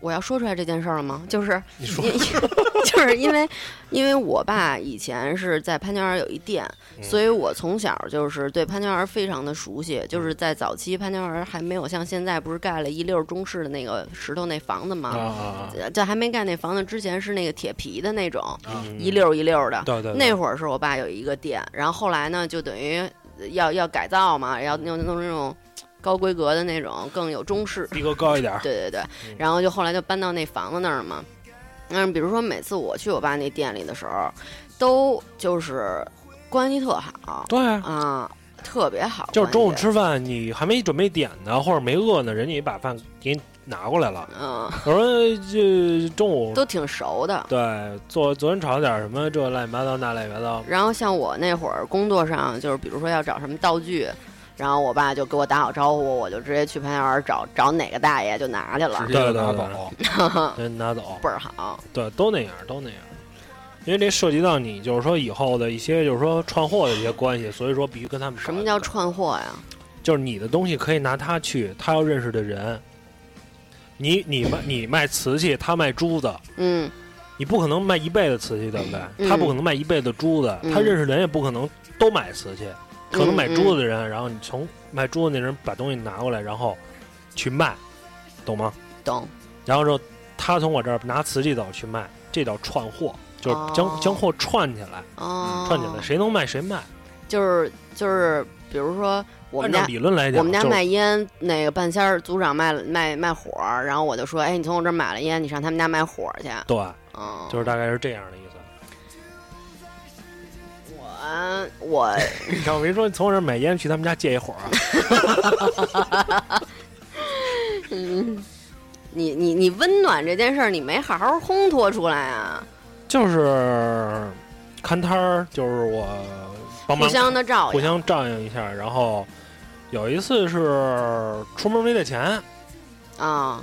A: 我要说出来这件事儿了吗？就是
C: 你说
A: 因 就是因为因为我爸以前是在潘家园有一店，
C: 嗯
A: 所以我从小就是对潘家园非常的熟悉。
C: 嗯
A: 就是在早期潘家园还没有像现在不是盖了一溜儿中式的那个石头那房子
C: 啊
A: 吗？
C: 啊
A: 在在还没盖那房子之前是那个铁皮的那种，
C: 啊，
A: 一溜儿一溜儿的。
C: 对对对
A: 那会儿是我爸有一个店，然后后来呢，就等于要要改造嘛，要弄弄那种高规格的那种，更有中式。
C: 逼格高一点儿，
A: 对对对，
C: 嗯
A: 然后就后来就搬到那房子那儿嘛。但是比如说每次我去我爸那店里的时候，都就是关系特好
C: 对啊，
A: 啊，特别好，
C: 就是中午
A: 关键，
C: 吃饭你还没准备点呢，或者没饿呢，人家也把饭给你拿过来了。
A: 嗯，
C: 我说呃这中午
A: 都挺熟的。
C: 对，昨昨天炒点什么这乱七八糟那乱七八糟，
A: 然后像我那会儿工作上，就是比如说要找什么道具，然后我爸就给我打好招呼，我就直接去潘家园找找哪个大爷就拿去了
B: 直，接
C: 啊
B: 就
C: 对对
B: 拿
C: 对
B: 走。
A: 嗯
C: 人拿走。
A: 倍儿好。
C: 对，都那样，都那样。因为这涉及到你，就是说以后的一些，就是说串货的一些关系，所以说必须跟他们搞
A: 什么叫
C: 一搞？
A: 串货呀？
C: 就是你的东西可以拿他去，他要认识的人。你你卖你卖瓷器，他卖珠子，
A: 嗯，
C: 你不可能卖一辈子瓷器，对不对？
A: 嗯
C: 他不可能卖一辈子珠子，
A: 嗯
C: 他认识人也不可能都买瓷器，可能买
A: 嗯
C: 珠子的人，然后你从卖珠子那人把东西拿过来，然后去卖，懂吗？
A: 懂。
C: 然后之后他从我这儿拿瓷器走去卖，这叫串货，就是将、
A: 哦
C: 将货串起来，
A: 哦，
C: 嗯串起来，谁能卖谁卖。
A: 就是就是，比如说我
C: 按
A: 们
C: 照
A: 家
C: 理论来讲，
A: 我们家
C: 就是
A: 卖烟，那个半仙儿组长卖了卖卖火儿，然后我就说，哎，你从我这儿买了烟，你上他们家卖火儿去。
C: 对，
A: 嗯，
C: 就是大概是这样的意思。
A: 我我
C: 你看，我跟你说，你从我这儿买烟去他们家借一火儿，啊
A: 你你你温暖这件事儿，你没好好烘托出来啊，
C: 就是看摊儿，就是我帮
A: 互
C: 忙
A: 相的照
C: 互
A: 应。
C: 相照应一下。然后有一次是出门没带钱，
A: 啊，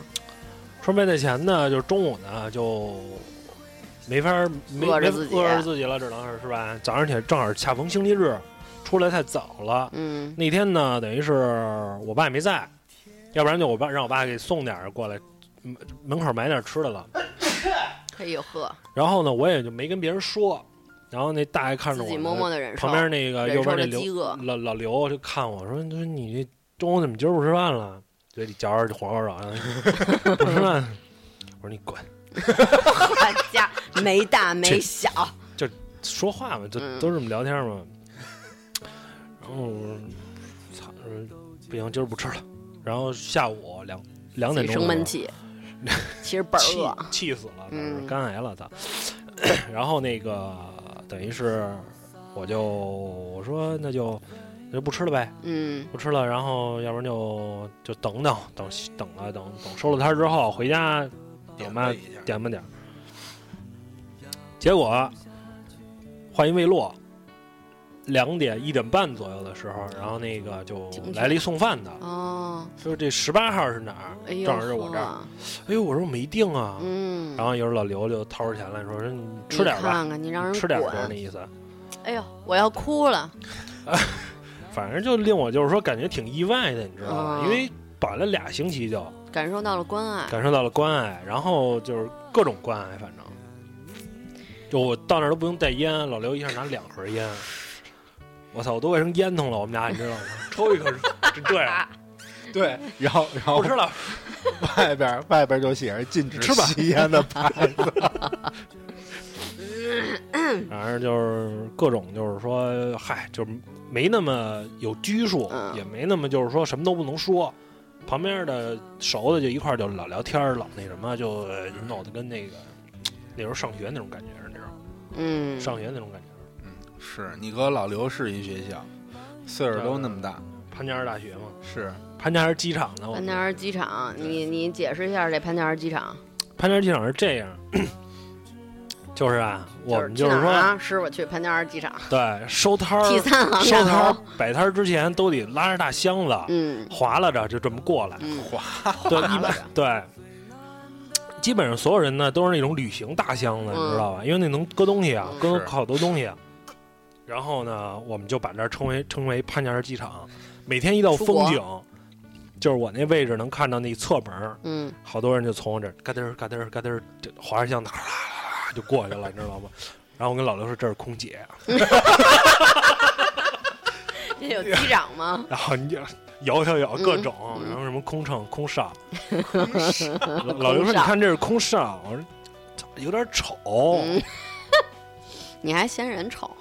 C: 出门没带钱呢，就是中午呢就没法儿没
A: 饿着
C: 没
A: 自己
C: 饿着自己了，只能是是吧？早上起来正好恰逢星期日，出来太早了。
A: 嗯
C: 那天呢，等于是我爸也没在，要不然就我爸让我爸给送点儿过来，门门口买点儿吃的了。
A: 可以喝，
C: 然后呢，我也就没跟别人说。然后那大爷看着
A: 自
C: 我
A: 己
C: 呢，
A: 默默的忍受
C: 旁。边那个
A: 忍
C: 呃右边
A: 受
C: 那
A: 着饥
C: 刘
A: 饿
C: 老老刘就看我说：“说你这中午怎么今儿不吃饭了？”嘴里嚼着火烧肉，啊 不吃饭。 我说你滚，
A: 我 家没大没小，
C: 说话嘛，就
A: 嗯
C: 都是这么聊天嘛。然后我说：“操，说不行，今儿不吃了。”然后下午两两
A: 自
C: 点
A: 己
C: 钟的时
A: 生
C: 候
A: 闷 气，其实倍儿
C: 气
A: 饿。
C: 气死了，当时
A: 嗯
C: 肝癌了，操！ 然后那个等于是我就我说那就那就不吃了呗，
A: 嗯
C: 不吃了，然后要不然就就等等等等了等等收了摊儿之后回家点吧
B: 点一下
C: 点吧点儿。结果话音未落，两点一点半左右的时候，然后那个就
A: 警察
C: 来了一送饭的，
A: 哦，
C: 说这十八号是哪儿？
A: 哎呦，
C: 正好是我这儿。
A: 呵
C: 哎呦，我说我没定啊，
A: 嗯，
C: 然后有时候老刘就掏出钱来说：“说你吃点儿
A: 你
C: 吧，
A: 看看你让人
C: 吃点儿吧，就是那
A: 滚，
C: 意思。
A: 哎呦，我要哭了。”
C: 反正就令我就是说感觉挺意外的，你知道吗？
A: 嗯
C: 因为摆了俩星期就
A: 感受到了关爱。
C: 感受到了关爱，然后就是各种关爱，反正就我到那儿都不用带烟，老刘一下拿两盒烟，我操，我都快成烟囱了，我们家你知道吗？抽一口 就这样，
B: 对，然后然 后
C: 不吃了，
B: 外边儿外边儿就写着禁止
C: 吃吧
B: 吸烟的 牌子。
A: 嗯
C: 反正就是各种就是说，嗨，就是没那么有拘束，
A: 嗯
C: 也没那么就是说什么都不能说。旁边的熟的就一块儿就老聊天儿，老那什么，就呃弄得跟那个那时候上学那种感觉似的，那时候
A: 嗯，
C: 上学那种感觉似
B: 嗯，是你和老刘是一学校，岁数都那么大，
C: 的。潘家园大学嘛，
B: 是
C: 潘家园机场呢，我
A: 潘
C: 们
A: 家园机场，你你解释一下这潘家园机场，
C: 潘家园机场是这样， 就是啊，我们就是
A: 去哪儿
C: 说
A: 啊，师傅去潘家园机场
C: 对收 摊儿
A: 第三行
C: 收摊
A: 大
C: 儿
A: 楼，
C: 摆摊儿之前都得拉着大箱子，
A: 嗯
C: 划拉着就这么过来。
A: 嗯，
C: 对，
A: 划
C: 一
A: 拉
C: 般
A: 着
C: 对，基本上所有人呢都是那种旅行大箱子，
A: 嗯
C: 你知道吧？因为那能搁东西啊，
A: 嗯
C: 搁
B: 是
C: 好多东西啊。然后呢，我们就把这儿称为称为潘家园机场。每天一到
A: 出
C: 风景，就是我那位置能看到那侧门儿，
A: 嗯，
C: 好多人就从我这儿嘎噔儿嘎噔儿嘎噔儿，这滑着箱子咔啦啦啦就过 去了，你知道吗？然后我跟老刘说这是空姐，
A: 这有机长吗？
C: 然后你就摇摇摇各
A: 嗯
C: 种，
A: 嗯
C: 然后什么空乘、空少，老老刘
A: 空
C: 说：“你
A: 少
C: 看这是空少。”我说：“操有点丑。
A: 嗯你还嫌人丑？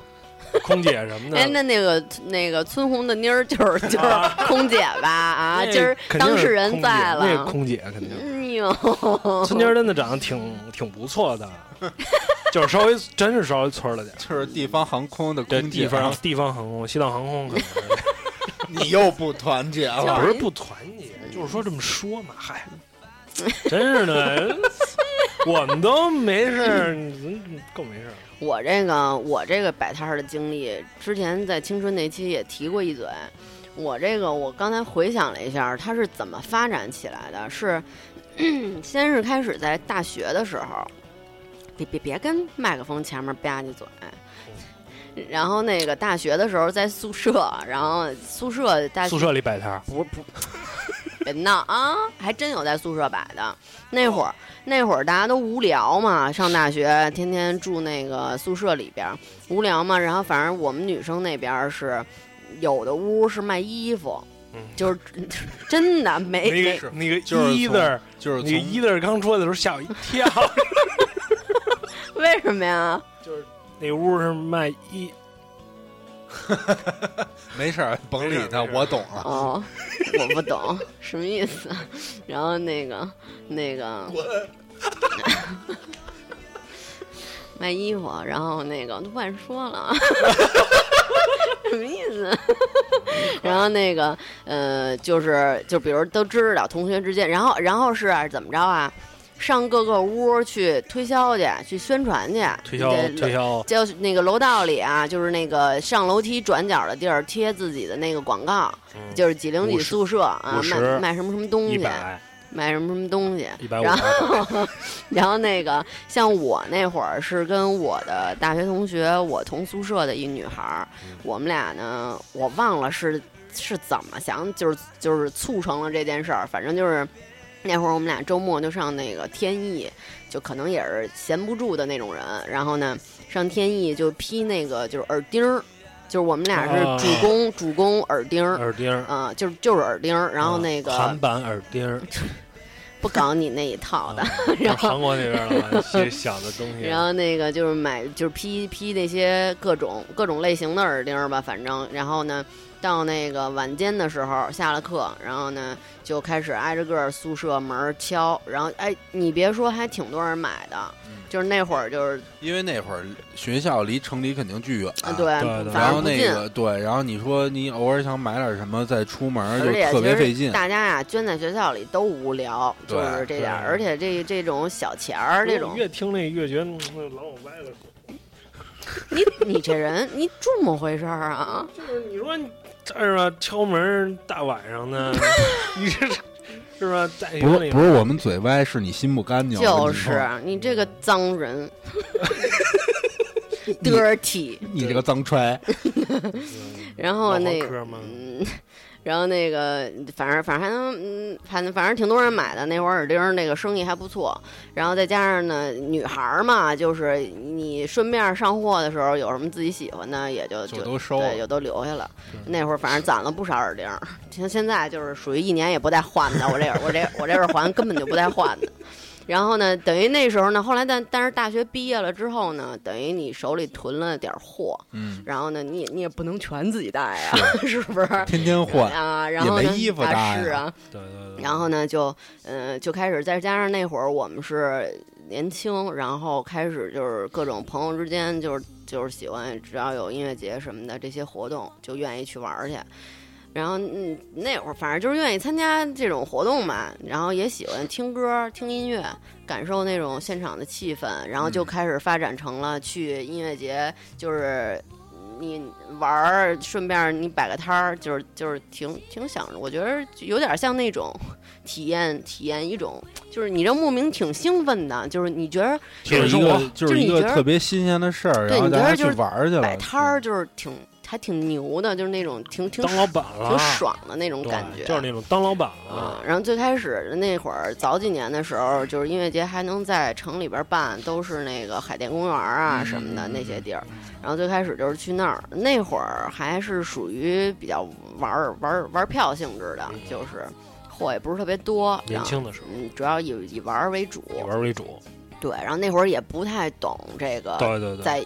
C: 空姐什么
A: 哎，
C: 的，
A: 那那个那个村红的妮儿就是就是 空姐吧？啊，
C: 那
A: 今儿
C: 肯定
A: 当
C: 是
A: 事人
C: 空
A: 在
C: 姐
A: 了
C: 那是。空姐肯定。
A: 哎呦，
C: 孙妮儿真的长得挺挺不 错的，就是稍微真是稍微村儿了点儿。
B: 就是地方航空的
C: 这
A: 啊
B: 空
C: 地
B: 姐，
C: 方地方航空、西藏航空可能是，
E: 你又不团结了。
C: 啊不是不团结，就是说这么说嘛，嗨，嗯 真是的， 我们都没事儿，你更没事儿。啊
A: 我这个我这个摆摊儿的经历，之前在青春那期也提过一嘴。我这个我刚才回想了一下，它是怎么发展起来的？是 先是开始在大学的时候，别别别跟麦克风前面吧唧嘴。
C: 嗯
A: 然后那个大学的时候在宿舍，然后宿舍大
C: 宿舍里摆摊儿，
A: 不不，别闹啊！还真有在宿舍摆的。那会儿那会儿大家都无聊嘛，上大学天天住那个宿舍里边儿无聊嘛。然后反正我们女生那边儿是有的屋是卖衣服，
C: 嗯
A: 就是真的没
C: 那
A: 没
C: 个那个
B: 就是
C: 一
B: 从
C: 字儿，
B: 就是
C: 那个一
B: 从
C: 字儿刚出来的时候吓我一 跳。
A: 为什么呀？
C: 那屋是卖一
B: 没事儿
E: 甭理他，
C: 没事没事
E: 我懂了。
A: 哦，我不懂什么意思。然后那个那个卖衣服，然后那个都不敢说了，什么意思？然后那个呃，就是就比如都知道同学之间，然后然后是怎么着啊？上各个屋去推销去，去宣传去，
C: 推销
A: 你得
C: 推销，
A: 就那个楼道里啊，就是那个上楼梯转角的地儿贴自己的那个广告，
C: 嗯
A: 就是几零几
C: 50
A: 宿舍啊，
C: 50
A: 卖卖什么什么东
C: 一
A: 西，
C: 百
A: 卖什么什么东西。
C: 一百五
A: 然，然后那个像我那会儿是跟我的大学同学，我同宿舍的一女孩儿，
C: 嗯
A: 我们俩呢，我忘了是是怎么想，就是就是促成了这件事儿，反正就是。那会儿我们俩周末就上那个天意，就可能也是闲不住的那种人。然后呢，上天意就披那个就是耳钉儿，就是我们俩
C: 啊
A: 是主攻、主攻耳钉儿，
C: 耳钉儿，
A: 啊、就是就是耳钉儿。 然后
C: 啊
A: 那个、
C: 韩版耳 钉儿，
A: 不搞你那一套
B: 啊
A: 的，
C: 就是韩国那边儿的些小的东西
A: 然。后那个就是买就是批批那些各种各种类型的耳钉儿吧，反正然后呢，到那个晚间的时候下了课，然后呢就开始挨着个儿宿舍门儿敲，然后哎，你别说，还挺多人买的，
B: 嗯
A: 就是那会儿就是
B: 因为那会儿学校离城里肯定巨远，
A: 啊对，
C: 对对
A: 反
B: 然后
A: 正不
B: 那
A: 近。
B: 个啊对，然后你说你偶尔想买点什么再出门，就
A: 而且
B: 特别费
A: 其实
B: 劲。
A: 大家呀、捐在学校里都无聊，就
B: 对
A: 是这点儿。
C: 对
A: 而且这这种小钱儿，这种
C: 越听那越觉得嗯老往歪了。
A: 你 你这人你这么回事儿啊？
C: 就是你说你这儿吧，敲门儿大晚 上的，你这是是吧？在
B: 不
C: 那
B: 是
C: 里
B: 不是我们嘴歪，是你心不干净。我
A: 就
B: 跟你说
A: 是你这个脏 人，dirty。
B: 你这个脏 揣，
A: 然后哦那
C: 唠会儿嗑吗
A: 嗯， 然后那个，反正反正还能，嗯，反正反正挺多人买的。那会儿耳钉儿那个生意还不错，然后再加上呢，女孩儿嘛，就是你顺便上货的时候有什么自己喜欢的，也就
B: 就
A: 就
B: 都收
A: 对，
B: 了。
A: 就都留下了。那会儿反正攒了不少耳钉儿，像现在就是属于一年也不带换的。我这耳我这我这耳环根本就不带换的。然后呢，等于那时候呢，后来但但是大学毕业了之后呢，等于你手里囤了点儿货，
B: 嗯，
A: 然后呢，你也你也不能全自己带呀， 是不是？
B: 天天换，
A: 啊，然后呢
B: 也没衣服搭
A: 啊
B: 呀
A: 是啊，
C: 对对对，
A: 然后呢就呃就开始，再加上那会儿我们是年轻，然后开始就是各种朋友之间就是就是喜欢，只要有音乐节什么的这些活动，就愿意去玩儿去。然后嗯那会儿反正就是愿意参加这种活动嘛，然后也喜欢听歌、听音乐，感受那种现场的气氛，然后就
B: 嗯
A: 开始发展成了去音乐节，就是你玩儿，顺便你摆个摊儿，就是就是挺挺享受，我觉得有点像那种体验体验一种，就是你这莫名挺兴奋的，就是你觉得
B: 就是一个就是一个特别新鲜的事儿，
A: 对
B: 然后
A: 你觉
B: 大家
A: 得就
B: 去
A: 是
B: 玩儿去了，
A: 摆摊儿就是挺还挺牛的，就是那种挺挺
C: 当老板啊了，
A: 挺爽的那种
C: 对
A: 感觉，
C: 就是那种当老板
A: 啊
C: 了，，
A: 然后最开始那会儿早几年的时候，就是音乐节还能在城里边办，都是那个海淀公园啊
B: 嗯
A: 什么的
B: 嗯
A: 那些地儿。然后最开始就是去那儿，那会儿还是属于比较玩儿玩儿玩儿票性质的
C: 嗯，
A: 就是货也不是特别多，
C: 年
A: 然后
C: 轻的时候
A: 嗯，主要以以玩儿为主。
C: 以玩为主，
A: 对，然后那会儿也不太懂这个
C: 对对对，
A: 啊在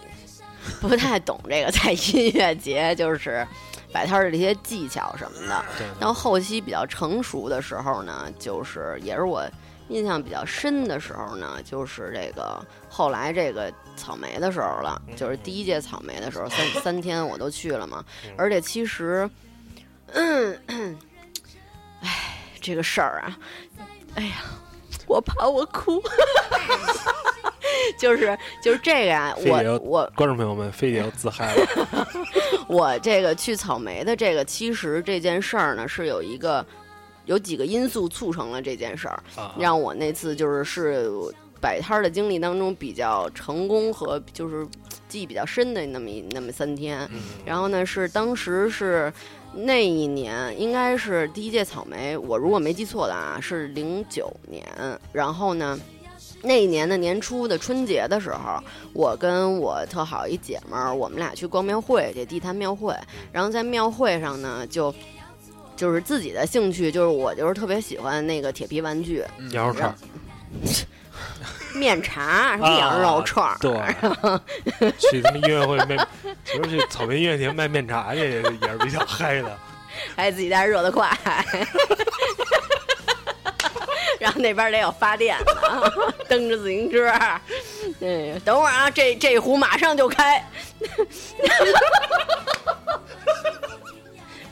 A: 不太懂这个在音乐节就是摆摊儿的这些技巧什么的。
C: 对对
A: 到后期比较成熟的时候呢，就是也是我印象比较深的时候呢，就是这个后来这个草莓的时候了，就是第一届草莓的时候，三三天我都去了嘛
C: 嗯，
A: 而且其实。嗯，哎，这个事儿啊，哎呀，我怕我哭， 就是就是这个啊，
C: 非得
A: 我我
C: 观众朋友们，非得要自嗨了，
A: 我这个去草莓的这个，其实这件事儿呢是有一个有几个因素促成了这件事儿，
C: 啊、
A: 让我那次就是是摆摊儿的经历当中比较成功和就是记忆比较深的那么一那么三天。
C: 嗯
A: 然后呢，是当时是那一年，应该是第一届草莓，我如果没记错的啊，是零九年。然后呢，那一年的年初的春节的时候，我跟我特好一姐们儿，我们俩去逛庙会，去地坛庙会。然后在庙会上呢，就就是自己的兴趣，就是我就是特别喜欢那个铁皮玩具，
C: 羊肉串嗯儿，
A: 面茶什么羊肉串儿、
C: 对，去他妈音乐会卖，其实去草莓音乐节卖面茶去也也是比较嗨的。
A: 还哎自己在那儿热得快，然后那边得有发电的啊， 蹬着自行车，嗯，等会儿啊，这这壶马上就开，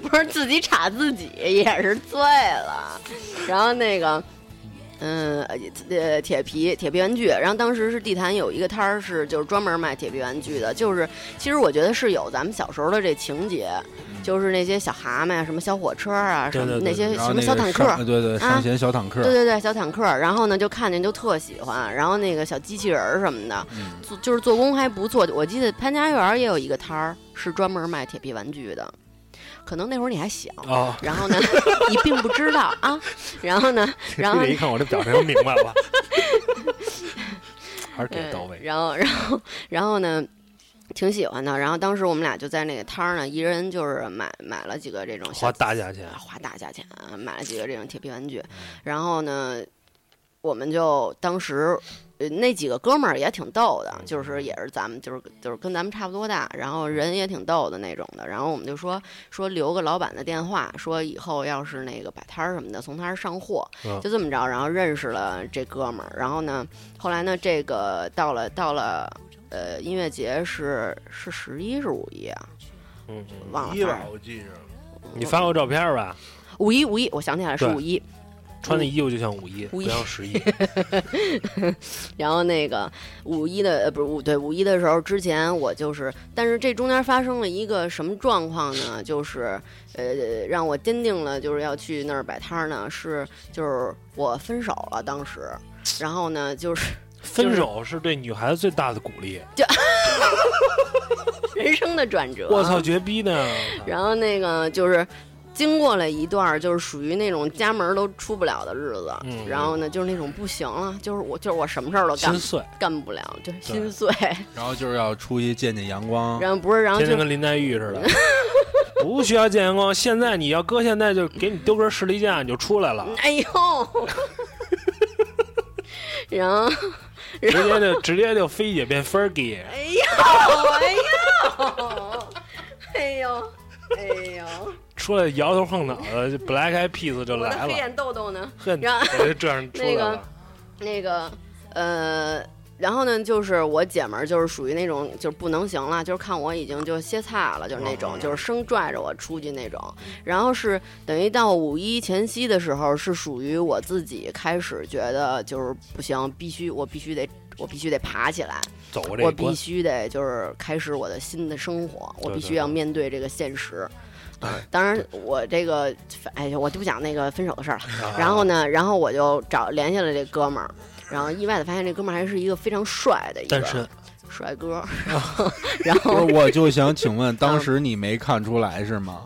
A: 不是自己插自己也是醉了，然后那个。嗯，呃呃，铁皮铁皮玩具，然后当时是地坛有一个摊儿是就是专门卖铁皮玩具的，就是其实我觉得是有咱们小时候的这情节，就是那些小蛤蟆呀、什么小火车啊，什
C: 对
A: 么
C: 对对
A: 那些
B: 然后
A: 什
B: 那
A: 么
B: 个
A: 小坦克，啊
B: 上呃对对，上弦小坦克，
A: 对对对，小坦克儿，然后呢就看见就特喜欢，然后那个小机器人儿什么的，
B: 嗯
A: 做就是做工还不错。我记得潘家园儿也有一个摊儿是专门卖铁皮玩具的，可能那会儿你还小，
C: 啊，
A: 然后呢 你并不知道啊，然后 呢，然后
C: 这一看我这表情就明 白了，还是挺
A: 嗯，
C: 到位。
A: 然后，然后，然后呢，挺喜欢的。然后当时我们俩就在那个摊儿呢，一人就是买买了几个这种小
C: 花大价钱
A: 啊花大价钱啊，买了几个这种铁皮玩具。
C: 嗯
A: 然后呢，我们就当时。呃那几个哥们儿也挺逗的，
C: 嗯
A: 就是也是咱们就是就是跟咱们差不多大，然后
C: 嗯
A: 人也挺逗的那种的。然后我们就说说留个老板的电话，说以后要是那个摆摊儿什么的，从他这儿上货。
C: 嗯
A: 就这么着，然后认识了这哥们儿。然后呢，后来呢，这个到了到了呃音乐节是是十一是五一啊，
C: 嗯，嗯
A: 忘了
E: 一
A: 反
E: 吧
A: 正，
E: 我记着。
C: 你发过照片吧？
A: 五一五一，我想起来了是
C: 对
A: 五一。
C: 穿的衣服就像五一，
A: 五
C: 不
A: 一
C: 像十一。
A: 然后那个五一的呃不是五对五一的时候之前我就是，但是这中间发生了一个什么状况呢？就是呃让我坚定了就是要去那儿摆摊儿呢，是就是我分手了当时，然后呢就是
C: 分手是对女孩子最大的鼓励。
A: 人生的转折。
C: 我操，绝逼呢！
A: 然后那个就是经过了一段儿就是属于那种家门儿都出不了的日子，
C: 嗯
A: 然后呢就是那种不行了，就是我就是我什么事儿都干
C: 心碎，
A: 干不了，就是心碎。
B: 然后就是要出去见见阳光，
A: 然后不是，然后
C: 天
A: 就
C: 天跟林黛玉似的。 不需要见阳光，现在你要搁现在就给你丢根士力架，你就出来 了，
A: 哎呦，然后
C: 直接就直接就菲姐变 Fergie，
A: 哎呦哎呦哎呦哎呦，
C: 出来摇头晃脑的就，Black Eyed Peas 就
A: 我的
C: 来
A: 黑
C: 了，
A: 眼豆豆呢？
C: 恨
A: 然后
C: 我就这样出来
A: 那
C: 了
A: 个。那个呃，然后呢，就是我姐们儿就是属于那种就是不能行了，就是看我已经就歇菜了，就是那
C: 哦
A: 种就是生拽着我出去那种。然后是等于到五一前夕的时候，是属于我自己开始觉得就是不行，必须我必须得。我必须得爬起来，
C: 走过这
A: 我
C: 一
A: 必
C: 关，
A: 须得就是开始我的新的生活，我
C: 对
A: 必
C: 对
A: 须要
C: 对
A: 面对这个现实。啊当然，我这个，哎呀，我就不讲那个分手的事儿了。
C: 啊
A: 然后呢，然后我就找联系了这哥们儿，然后意外的发现这哥们儿还是一个非常帅的一
C: 单身
A: 个，帅哥，
B: 不
A: 然后然
B: 是
A: 后
B: 我就想请问，当时你没看出来是 吗？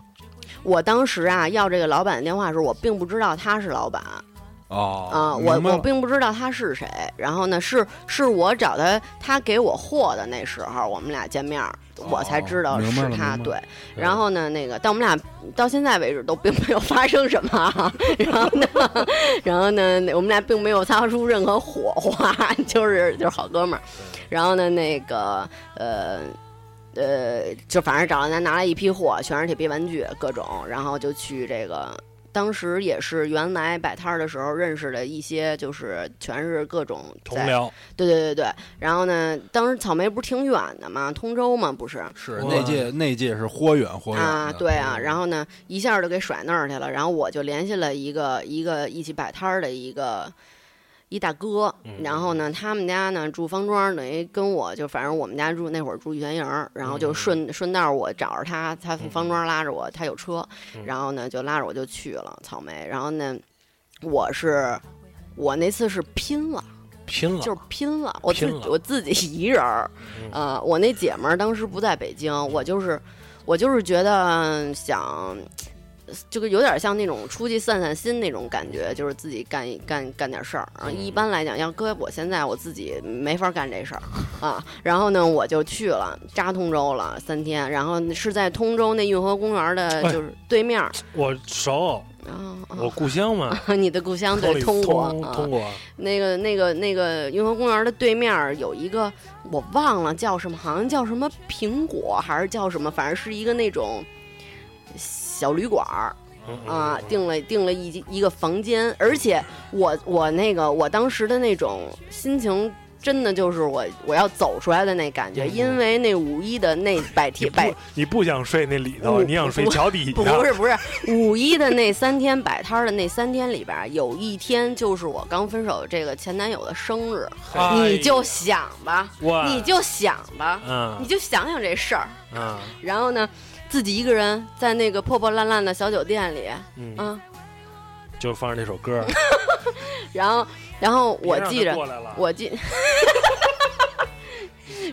A: 我当时啊要这个老板的电话的时候，我并不知道他是老板啊、
B: 哦，
A: 我
B: 明白
A: 我
B: 了
A: 并不知道他是谁。然后呢，是是我找他，他给我货的那时候，我们俩见面儿，我才知道
B: 哦明白
A: 是
B: 了
A: 他。
B: 明白了
A: 对，然后呢，那个，但我们俩到现在为止都并没有发生什么啊， 然后呢，然后呢，我们俩并没有擦出任何火花， 就是就是好哥们儿。然后呢，那个呃呃，就反正找了咱拿了一批货，全是铁皮玩具各种，然后就去这个当时也是原来摆摊儿的时候认识的一些，就是全是各种
C: 同
A: 在
C: 僚，
A: 对对对对。然后呢，当时草莓不是挺远的嘛，通州嘛不是
B: 是
C: 哇
B: 那届那届是豁远豁远
A: 啊，
B: 的
A: 对啊。
B: 嗯
A: 然后呢，一下就给甩那儿去了。然后我就联系了一个一个一起摆摊儿的一个。一大哥，
C: 嗯
A: 然后呢，他们家呢住方庄，等于跟我就反正我们家住那会儿住圆营儿，然后就
C: 嗯
A: 顺、顺道我找着他，他从方庄拉着我，他有车，
C: 嗯
A: 然后呢就拉着我就去了草莓，然后呢，我是我那次是拼了，
C: 拼了，
A: 就是拼了，我自
C: 拼了
A: 我自己一人儿，
C: 嗯
A: 呃，我那姐们儿当时不在北京，我就是我就是觉得想，就是有点像那种出去散散心那种感觉，就是自己干一干干点事儿。
C: 嗯
A: 然后一般来讲，要搁我现在我自己没法干这事儿啊。然后呢，我就去了扎通州了三天，然后是在通州那运河公园的，
C: 哎
A: 就是对面儿。
C: 我熟，
A: 啊
C: 我故乡嘛，
A: 啊，你的故乡
C: 通
A: 对
C: 里
A: 通国
C: 通
A: 啊
C: 通国，
A: 那个、那个、那个运河公园的对面儿有一个，我忘了叫什么，好像叫什么苹果还是叫什么，反正是一个那种小旅馆儿
C: 嗯
A: 啊，
C: 嗯
A: 订了订了一一个房间，而且我我那个我当时的那种心情。真的就是我我要走出来的那感觉，
C: 嗯
A: 因为那五一的那百
C: 你
A: 天百
C: 不你不想睡那里头，
A: 我
C: 你想睡
A: 不
C: 桥底
A: 不
C: 下，
A: 是不是，五一的那三天摆摊儿的那三天里边儿，有一天就是我刚分手的这个前男友的生日，
C: 哎呀
A: 你就想吧，
C: 哇，
A: 你就想吧，你
C: 嗯
A: 就想想这事儿。
C: 嗯
A: 然后呢，自己一个人在那个破破烂烂的小酒店里，
C: 嗯，
A: 嗯，
C: 就放着这首歌，
A: 然后然后 我
C: 别让
A: 记
C: 他
A: 着，
C: 过来了
A: 我记。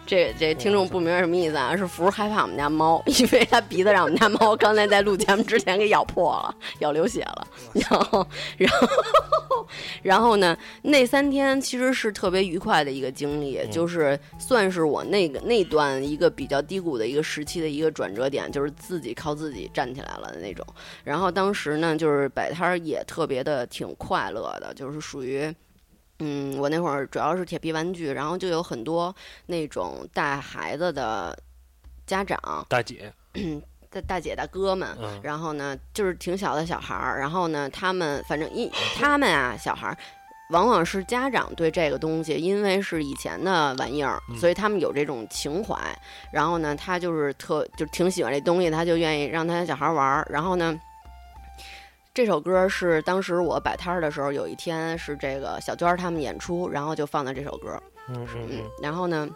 A: 这这听众不明白什么意思啊？是福儿害怕我们家猫， 因为他鼻子让我们家猫刚才在录节目之前给咬破了，咬流血了。然后，然后，然后呢？那三天其实是特别愉快的一个经历，就是算是我那个那段一个比较低谷的一个时期的一个转折点，就是自己靠自己站起来了的那种。然后当时呢，就是摆摊儿也特别的挺快乐的，就是属于。嗯，我那会儿主要是铁皮玩具，然后就有很多那种带孩子的家长、
C: 大姐，
A: 大大姐、大哥们，
C: 嗯
A: 然后呢，就是挺小的小孩儿，然后呢，他们反正一他们啊，小孩儿。往往是家长对这个东西，因为是以前的玩意儿，所以他们有这种情怀。然后呢，他就是特就挺喜欢这东西，他就愿意让他小孩玩儿。然后呢，这首歌是当时我摆摊儿的时候，有一天是这个小娟儿他们演出，然后就放的这首歌。
C: 嗯嗯
A: 嗯
C: 嗯，
A: 然后呢，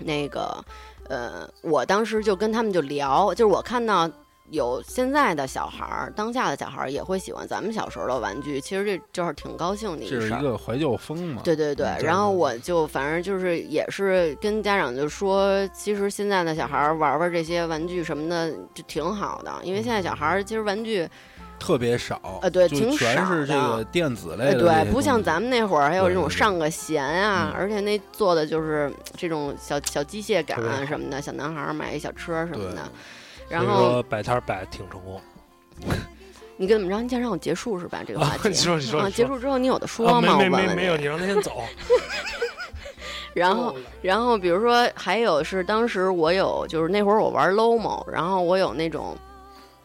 A: 那个呃，我当时就跟他们就聊，就是我看到有现在的小孩儿，当下的小孩儿也会喜欢咱们小时候的玩具，其实这就是挺高兴的
B: 这是
A: 事
B: 一
A: 儿。
B: 个怀旧风嘛，
A: 对对对
C: 嗯，对
A: 然后
C: 对
A: 我就反正就是也是跟家长就说，其实现在的小孩儿玩玩这些玩具什么的就挺好的，因为现在小孩儿其实玩具
B: 特别少，
A: 呃对
B: 就
A: 挺
B: 全是这
A: 少的
B: 个电子类的
A: 哎，
B: 这些东西，
A: 对，不像咱们那会儿还有
B: 对对
A: 这种
B: 对
A: 上个弦
B: 嗯，
A: 啊而且那做的就是这种小小机械感
C: 特别
A: 啊
C: 好
A: 什么的，小男孩儿买一小车什么
B: 对
A: 的。
C: 所
A: 然
C: 以
A: 后
C: 说摆摊儿摆得挺成功，
A: 你跟怎么着？你想让我结束是吧？这个话
C: 你
A: 题
C: 说你说
A: 啊，
C: 你
A: 结
C: 说
A: 束之后你有的说
C: 啊
A: 吗？
C: 没
A: 我
C: 没
A: 问
C: 没
A: 问
C: 没有，你让他先 走，
A: 然后，然后比如说还有是当时我有就是那会儿我玩 LOMO，然后我有那种。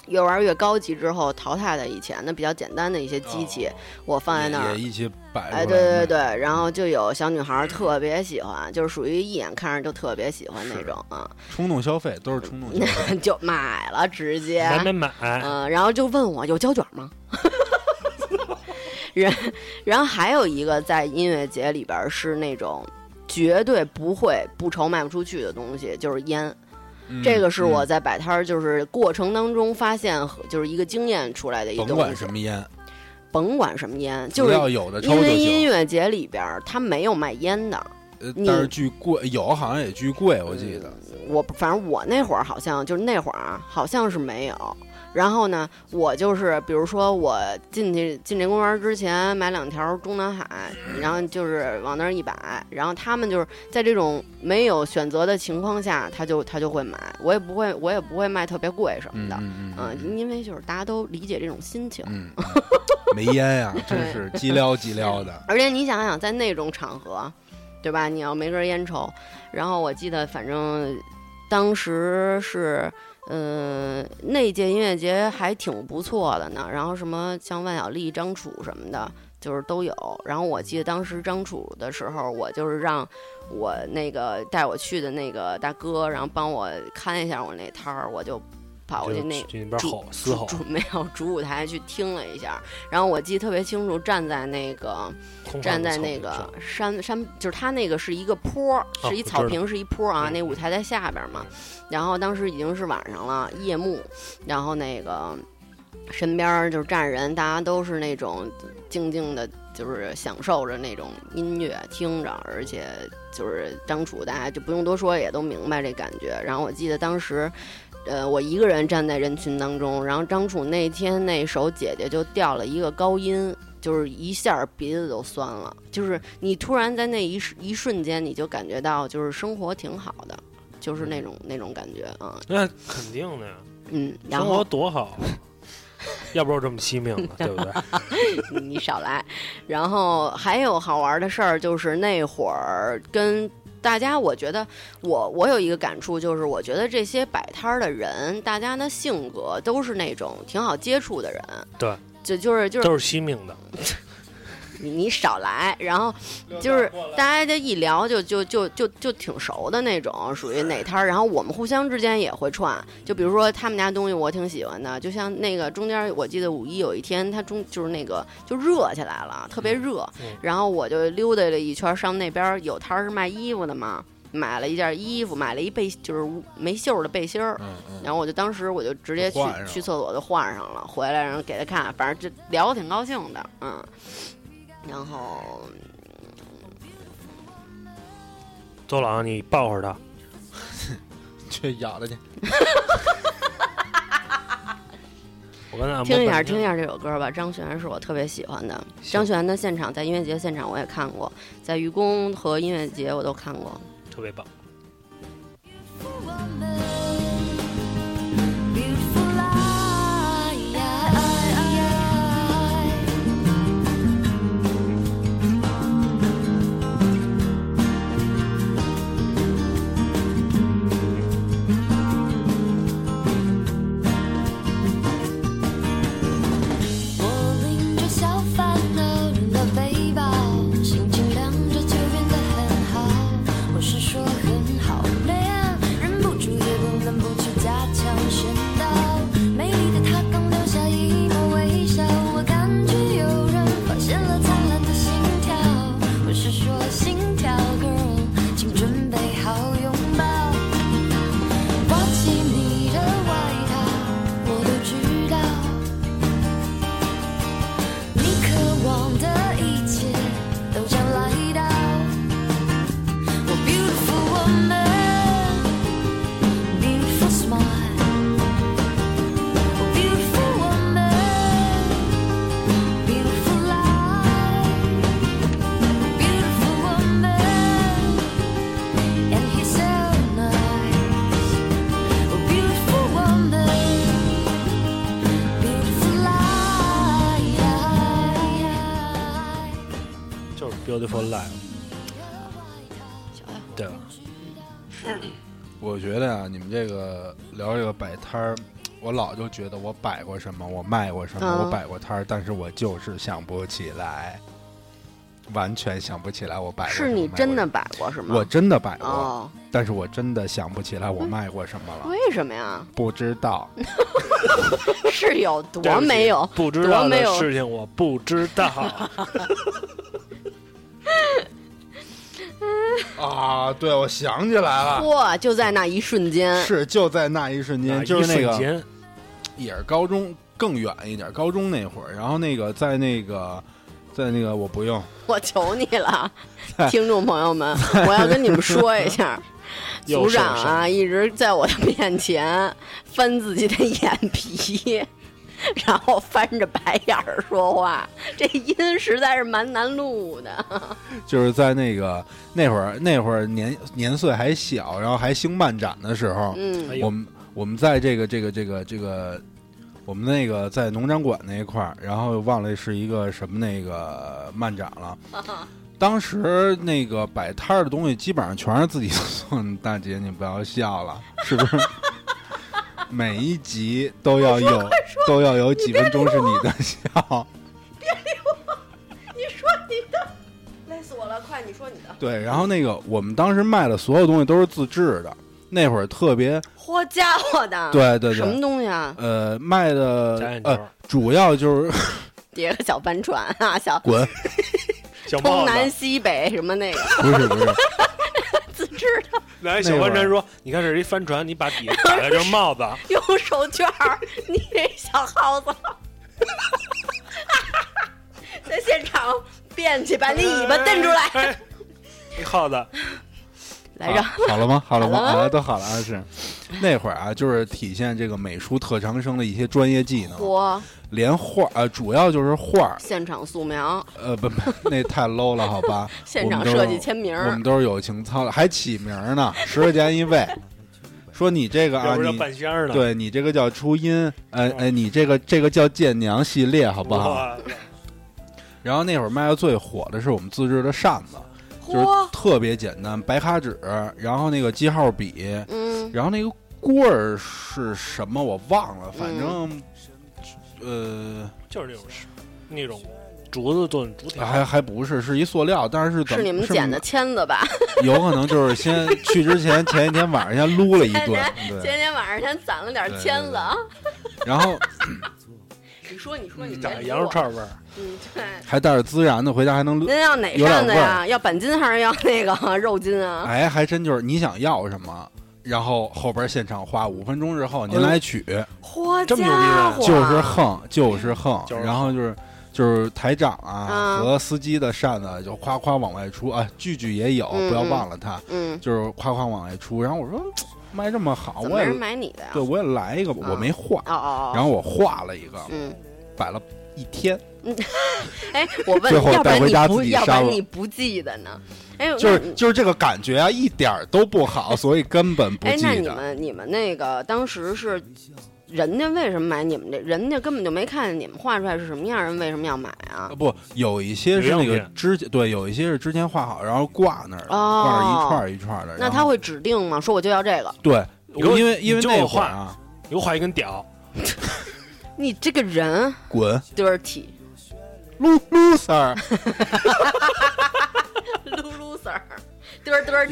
A: 越玩越高级之后，淘汰的以前的比较简单的一些机
C: 哦
A: 器，我放在那儿
B: 也也一起摆出来，
A: 哎，对对对，然后就有小女孩儿特别喜欢，就是属于一眼看着就特别喜欢那种啊，
B: 冲动消费都是冲动消 费，
A: 就买了直接，
C: 买买
A: 嗯、
C: 买，
A: 然后就问我有胶卷吗？ 然然后还有一个在音乐节里边儿是那种绝对不会不愁卖不出去的东西，就是烟。
B: 嗯
A: 这个是我在摆摊儿就是过程当中发现和，就是一个经验出来的一
B: 嗯
A: 东西。
B: 甭管什么烟，
A: 甭管什么烟，就
B: 只
A: 是
B: 要有的抽
A: 因为
B: 就
A: 音
B: 行。
A: 乐节里边儿它没有卖烟的。
B: 呃
A: 你
B: 但是巨贵，有好像也巨贵，我记得。
A: 我反正我那会儿好像就是那会儿啊，好像是没有。然后呢，我就是比如说我进去进这公园之前买两条中南海，然后就是往那儿一摆，然后他们就是在这种没有选择的情况下，他就他就会买，我也不会我也不会卖特别贵什么
B: 嗯
A: 的，
B: 嗯
A: 嗯，
B: 嗯
A: 因为就是大家都理解这种心情。
B: 嗯，嗯没烟 呀，真是叽撩叽撩的。
A: 而且你想想，在那种场合，对吧？你要没根烟抽，然后我记得，反正当时是嗯，那届音乐节还挺不错的呢。然后什么像万晓利、张楚什么的，就是都有。然后我记得当时张楚的时候，我就是让我那个带我去的那个大哥，然后帮我看一下我那摊儿，我就跑过去
C: 就
A: 那
C: 去那边
A: 主
C: 吼嘶吼，
A: 主 没有主舞台去听了一下。然后我记得特别清楚，站在那个
C: 空
A: 站
C: 旷的
A: 在
C: 草
A: 那
C: 坪
A: 个
C: 上
A: 山山，就是它那个是一个坡儿，
C: 啊
A: 是一
C: 我
A: 草
C: 知道
A: 坪，是一坡儿啊。
C: 嗯
A: 那舞台在下边儿嘛。然后当时已经是晚上了，夜幕，然后那个身边儿就是站人，大家都是那种静静的，就是享受着那种音乐，听着，而且就是张楚，大家就不用多说，也都明白这感觉。然后我记得当时。呃，我一个人站在人群当中，然后张楚那天那首《姐姐》就掉了一个高音，就是一下儿鼻子都酸了，就是你突然在那一时一瞬间，你就感觉到就是生活挺好的，就是那种那种感觉啊，
C: 那肯定的呀，
A: 嗯，然
C: 生活
A: 后
C: 多好啊，要不然我这么惜命呢，对不对？
A: 你少来，然后还有好玩的事儿就是那会儿跟。大家，我觉得我我有一个感触，就是我觉得这些摆摊儿的人，大家的性格都是那种挺好接触的人。
C: 对，
A: 就 就是就是
C: 都是惜命的，
A: 你你少来，然后就是大家这一聊就就就就就挺熟的那种，属于哪摊儿，然后我们互相之间也会串，就比如说他们家东西我挺喜欢的，就像那个中间我记得五一有一天他中就是那个就热起来了，特别热
C: 嗯嗯，
A: 然后我就溜达了一圈，上那边有摊儿是卖衣服的嘛，买了一件衣服，买了一背就是没袖儿的背心儿，
E: 嗯嗯，
A: 然后我就当时我就直接去
B: 就换上了
A: 去厕所就换上了，回来然后给他看，反正就聊的挺高兴的，嗯，然后
C: 邹朗，你抱会儿他，
E: 去咬他去。
C: 我刚才
A: 听一下听一
C: 听，
A: 下这首歌吧，张悬是我特别喜欢的，张悬的现场在音乐节现场我也看过，在愚公和音乐节我都看过，
C: 特别棒。
F: 我拎着小烦恼，扔到背包，心情亮着就变得很好。我是说很好练，忍不住也不能不去加强宣导。美丽的她刚留下一抹微笑，我感觉有人发现了灿烂的心跳。我是说心跳，girl，请准备好拥抱，挂起你的外套，我都知道。你渴望的一切都将来到。Oh beautiful woman, beautiful smile. Oh beautiful woman, beautiful life. Beautiful woman, and he's so nice. Oh beautiful woman. Beautiful light.
C: 就是 Beautiful Life，对吧？
B: 我觉得啊，你们这个聊这个摆摊儿，我老就觉得我摆过什么，我卖过什么，
A: 嗯
B: 我摆过摊儿，但是我就是想不起来，完全想不起来我摆过什么。
A: 是你
B: 卖过
A: 真的
B: 什么？
A: 摆过是吗？
B: 我真的摆过，
A: 哦，嗯
B: 但是我真的想不起来我卖过什么了，
A: 为什么呀？
B: 不知道。
A: 嗯是有
C: 对
A: 多
C: 不起
A: 没有？
C: 不知道
A: 多没
C: 的
A: 有
C: 事情，我不知 道。
B: 啊，对，我想起来了，
A: 哇，就在那一瞬间，
B: 是就在那一瞬间，就是那
C: 啊一
B: 个
C: 瞬间，
B: 也是高中更远一点，高中那会儿，然后那个在那个在那个我不用，
A: 我求你了，听众朋友们，我要跟你们说一 下，组
C: 又受
A: 长
C: 伤
A: 啊，一直在我的面前翻自己的眼皮，然后翻着白眼儿说话，这音实在是蛮难录的。
B: 就是在那个那会儿那会儿年年岁还小，然后还兴漫展的时候，
A: 嗯
C: 哎呦
B: 我们我们在这个这个这个这个。我们那个在农展馆那一块儿，然后忘了是一个什么那个漫展了。当时那个摆摊儿的 东西基本上全是自己送的，大姐你不要笑了，是不是？ 每一集都要有都要有几分钟是你的笑，
A: 哎你说你的，累死我了！快，你说你的。
B: 对。然后那个我们当时卖的所有东西都是自制的，那会儿特别
A: 嚯家伙的，
B: 对对
A: 什么
B: 对，
A: 东西啊？
B: 呃，卖
C: 假
B: 的
C: 眼球
B: 呃主要就是
A: 叠个小帆船啊，小
B: 滚，
C: 小帽
A: 东
C: 子
A: 南西北什么那个
B: 不是 不是，
A: 自制的，
C: 来，小帆船说：“你看这是一帆船，你把底下打开就是帽 子，哎
A: 用手绢儿捏一小耗子， 在现场变去，把你尾巴蹬出来。
C: 哎。哎”一耗子，
A: 来着，
B: 啊好了吗？好了吗？
A: 哎好了
B: 啊，都好了啊，是那会儿啊，就是体现这个美术特长生的一些专业技能，
A: 嚯，
B: 连画呃，主要就是画儿，
A: 现场素描，？
B: 呃，不不，那太 low 了，好吧
A: 现场
B: 我们都是
A: 设计签名儿
B: 我们都是有情操的，还起名儿呢，十块钱一位。说你这个
C: 要
B: 啊，
C: 不然
B: 你
C: 半仙儿呢？
B: 对你这个叫初音，呃呃，你这个这个叫剑娘系列，好不好？
C: 哇，
B: 然后那会儿卖的最火的是我们自制的扇子，就是
A: 嚯，
B: 特别简单，白卡纸，然后那个记号笔，
A: 嗯，
B: 然后那个棍儿是什么我忘了，反正、
A: 嗯
B: 呃
C: 就是那种那种竹子做的竹条，
B: 还还不是，是一塑料，但是怎
A: 是
B: 么
A: 你们捡的签子吧？
B: 有可能就是先去之前前一天晚上先撸了一 顿，
A: 前
B: 对，
A: 天晚上先攒了点
B: 对对
A: 签子啊。
B: 然后
A: 你说，你
B: 嗯
A: 说，你
C: 长着
A: 别
C: 羊肉
A: 说，
C: 串味儿。
A: 嗯，对。
B: 还带着孜然的回家还能 撸，
A: 您要哪
B: 有点
A: 扇子
B: 味
A: 呀？要板筋还是要那个肉筋啊？
B: 哎，还真就是你想要什么。然后后边现场画，五分钟之后
A: 哎
B: 您来取，
A: 嚯
B: 哎
C: 这么牛逼
A: 家
C: 啊
A: 伙，
B: 就是横，
A: 哎
B: 就是横
C: 就是，横
B: 然后就是就是台长啊
A: 啊
B: 和司机的扇子就夸夸往外出啊，句句也有，
A: 嗯
B: 不要
A: 嗯
B: 忘了他，
A: 嗯，
B: 就是夸夸往外出。然后我说嘖卖这么好，
A: 怎么
B: 啊我
A: 没
B: 也
A: 人买你的呀？
B: 对我也来一个吧，
A: 啊
B: 我没画，
A: 哦哦哦，
B: 然后我画了一个，
A: 嗯，
B: 摆了一天，
A: 哎，我问
B: 最后，
A: 要不
B: 带
A: 然
B: 回
A: 你
B: 家
A: 不，
B: 自己
A: 要不然
B: 删了
A: 你不记得呢？哎，那
B: 就是就是这个感觉啊，一点儿都不好，所以根本不
A: 哎，
B: 记
A: 那你
B: 得。
A: 们你们那个当时是人家为什么买你们这？人家根本就没看见你们画出来是什么样，人为什么要买
B: 啊？
A: 啊
B: 不，有一些是那
C: 原
B: 个
C: 样
B: 之前对，有一些是之前画好，然后挂那儿的，
A: 哦
B: 挂着一串儿一串儿的。
A: 那
B: 然
A: 他
B: 后
A: 会指定吗？说我就要这个，
B: 对，
C: 你给我
B: 因为因为
C: 你就给
B: 那
C: 我
B: 会儿
C: 画，
B: 啊，
C: 你给我画一根屌，
A: 你这个人
B: 滚
A: dirty
B: ，lo loser，
A: loser dirty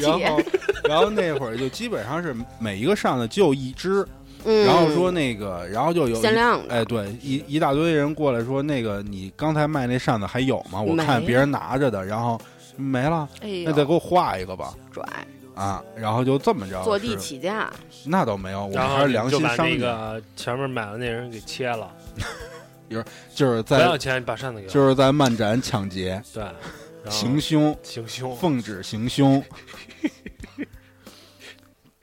B: 然后
A: dirty，
B: 然后那会儿就基本上是每一个扇子就一只，
A: 嗯，
B: 然后说那个，然后就有一
A: 限量的，
B: 哎，对，一一大堆人过来说，那个你刚才卖那扇子还有吗？我
A: 没
B: 看别人拿着的，然后没了，
A: 哎
B: 那再
A: 呦，
B: 给我画一个吧，
A: 拽，
B: 啊，然后就这么着
A: 坐地
B: 是
A: 起价，
B: 那倒没有，我
C: 然
B: 们
C: 后
B: 还是良心
C: 你就把
B: 商
C: 那
B: 人，
C: 个前面买的那人给切了，
B: 就是
C: 不要
B: 在
C: 钱，你把扇子给我。
B: 就是在漫展抢劫、
C: 对，然后
B: 行凶、
C: 行凶，
B: 奉旨行凶，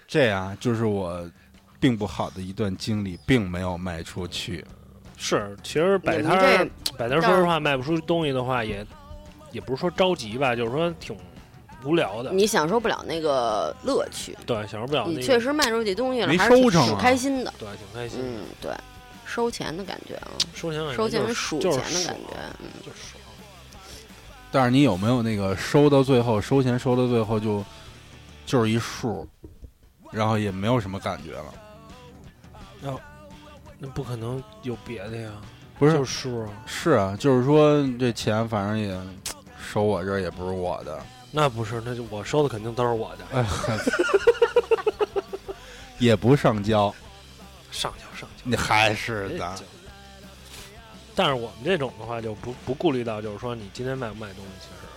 B: 这样就是我并不好的一段经历，并没有卖出去。
C: 是，其实摆
A: 你
C: 摊
A: 们
C: 儿
A: 这
C: 摆摊儿，说实话，卖不出东西的话，也也不是说着急吧，就是说挺无聊的。
A: 你享受不了那个乐趣，
C: 对，享受不了那
A: 你
C: 个，
A: 确实卖出去东西了，
B: 啊没
A: 还是挺
B: 收成啊
A: 挺开心的。
C: 对，挺开心。
A: 嗯，对，收钱的感觉啊，
C: 收钱感觉
A: 收钱
C: 就
A: 跟
C: 是
A: 数
C: 就
A: 钱
C: 是
A: 的感
C: 爽
A: 觉，嗯
C: 就是爽。
B: 但是你有没有那个收到最后收钱收到最后就就是一数，然后也没有什么感觉了？
C: 那不可能有别的呀，
B: 不是
C: 就是数啊，
B: 是啊，就是说这钱反正也收我这儿也不是我的，
C: 那不是，那就我收的肯定都是我的，
B: 哎，很 也不上交，
C: 上交上交。
B: 你还是
C: 哎
B: 的
C: 就。但是我们这种的话，就不不顾虑到，就是说你今天卖不卖东西，其实啊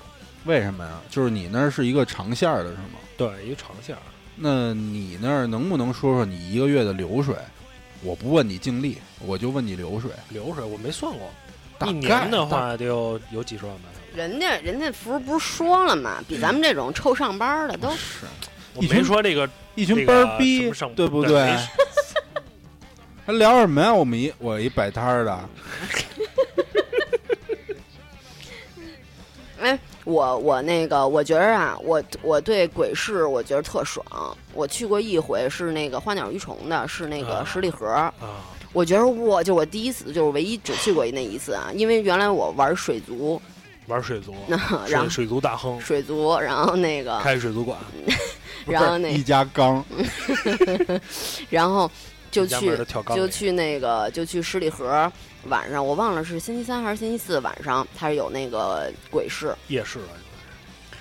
B: 为什么呀？就是你那儿是一个长线儿的是吗？
C: 对一个长线儿。
B: 那你那儿能不能说说你一个月的流水？我不问你净利，我就问你流水。
C: 流水我没算过，
B: 大
C: 一
B: 概
C: 年的，话得有有几十万吧。
A: 人家人家不是不是说了吗？比咱们这种臭上班儿的
B: 大
A: 都
B: 概是
C: 我
B: 一群
C: 没说这个
B: 一
C: 这
B: 群
C: 个
B: 班儿逼
C: 什么，上
B: 对不
C: 对？
B: 对
C: 没？
B: 还聊什么呀？我们一我一摆摊儿的，
A: 哎，我我那个，我觉得啊，我我对鬼市我觉得特爽。我去过一回，是那个花鸟鱼虫的，是那个
C: 啊
A: 十里河儿。
C: 啊，
A: 我觉得我就我第一次就是唯一只去过那一次啊，因为原来我玩水族，
C: 玩水族，啊
A: 然
C: 水
A: 后
C: 水族大亨，
A: 水族，然后那个，嗯
C: 开水族馆，
A: 然后那
B: 一家刚
A: 然后就
C: 家
A: 去
C: 门儿都跳缸
A: 就
C: 里
A: 去那个就去十里河，晚上我忘了是星期三还是星期四晚上，它是有那个鬼市，
C: 夜市了，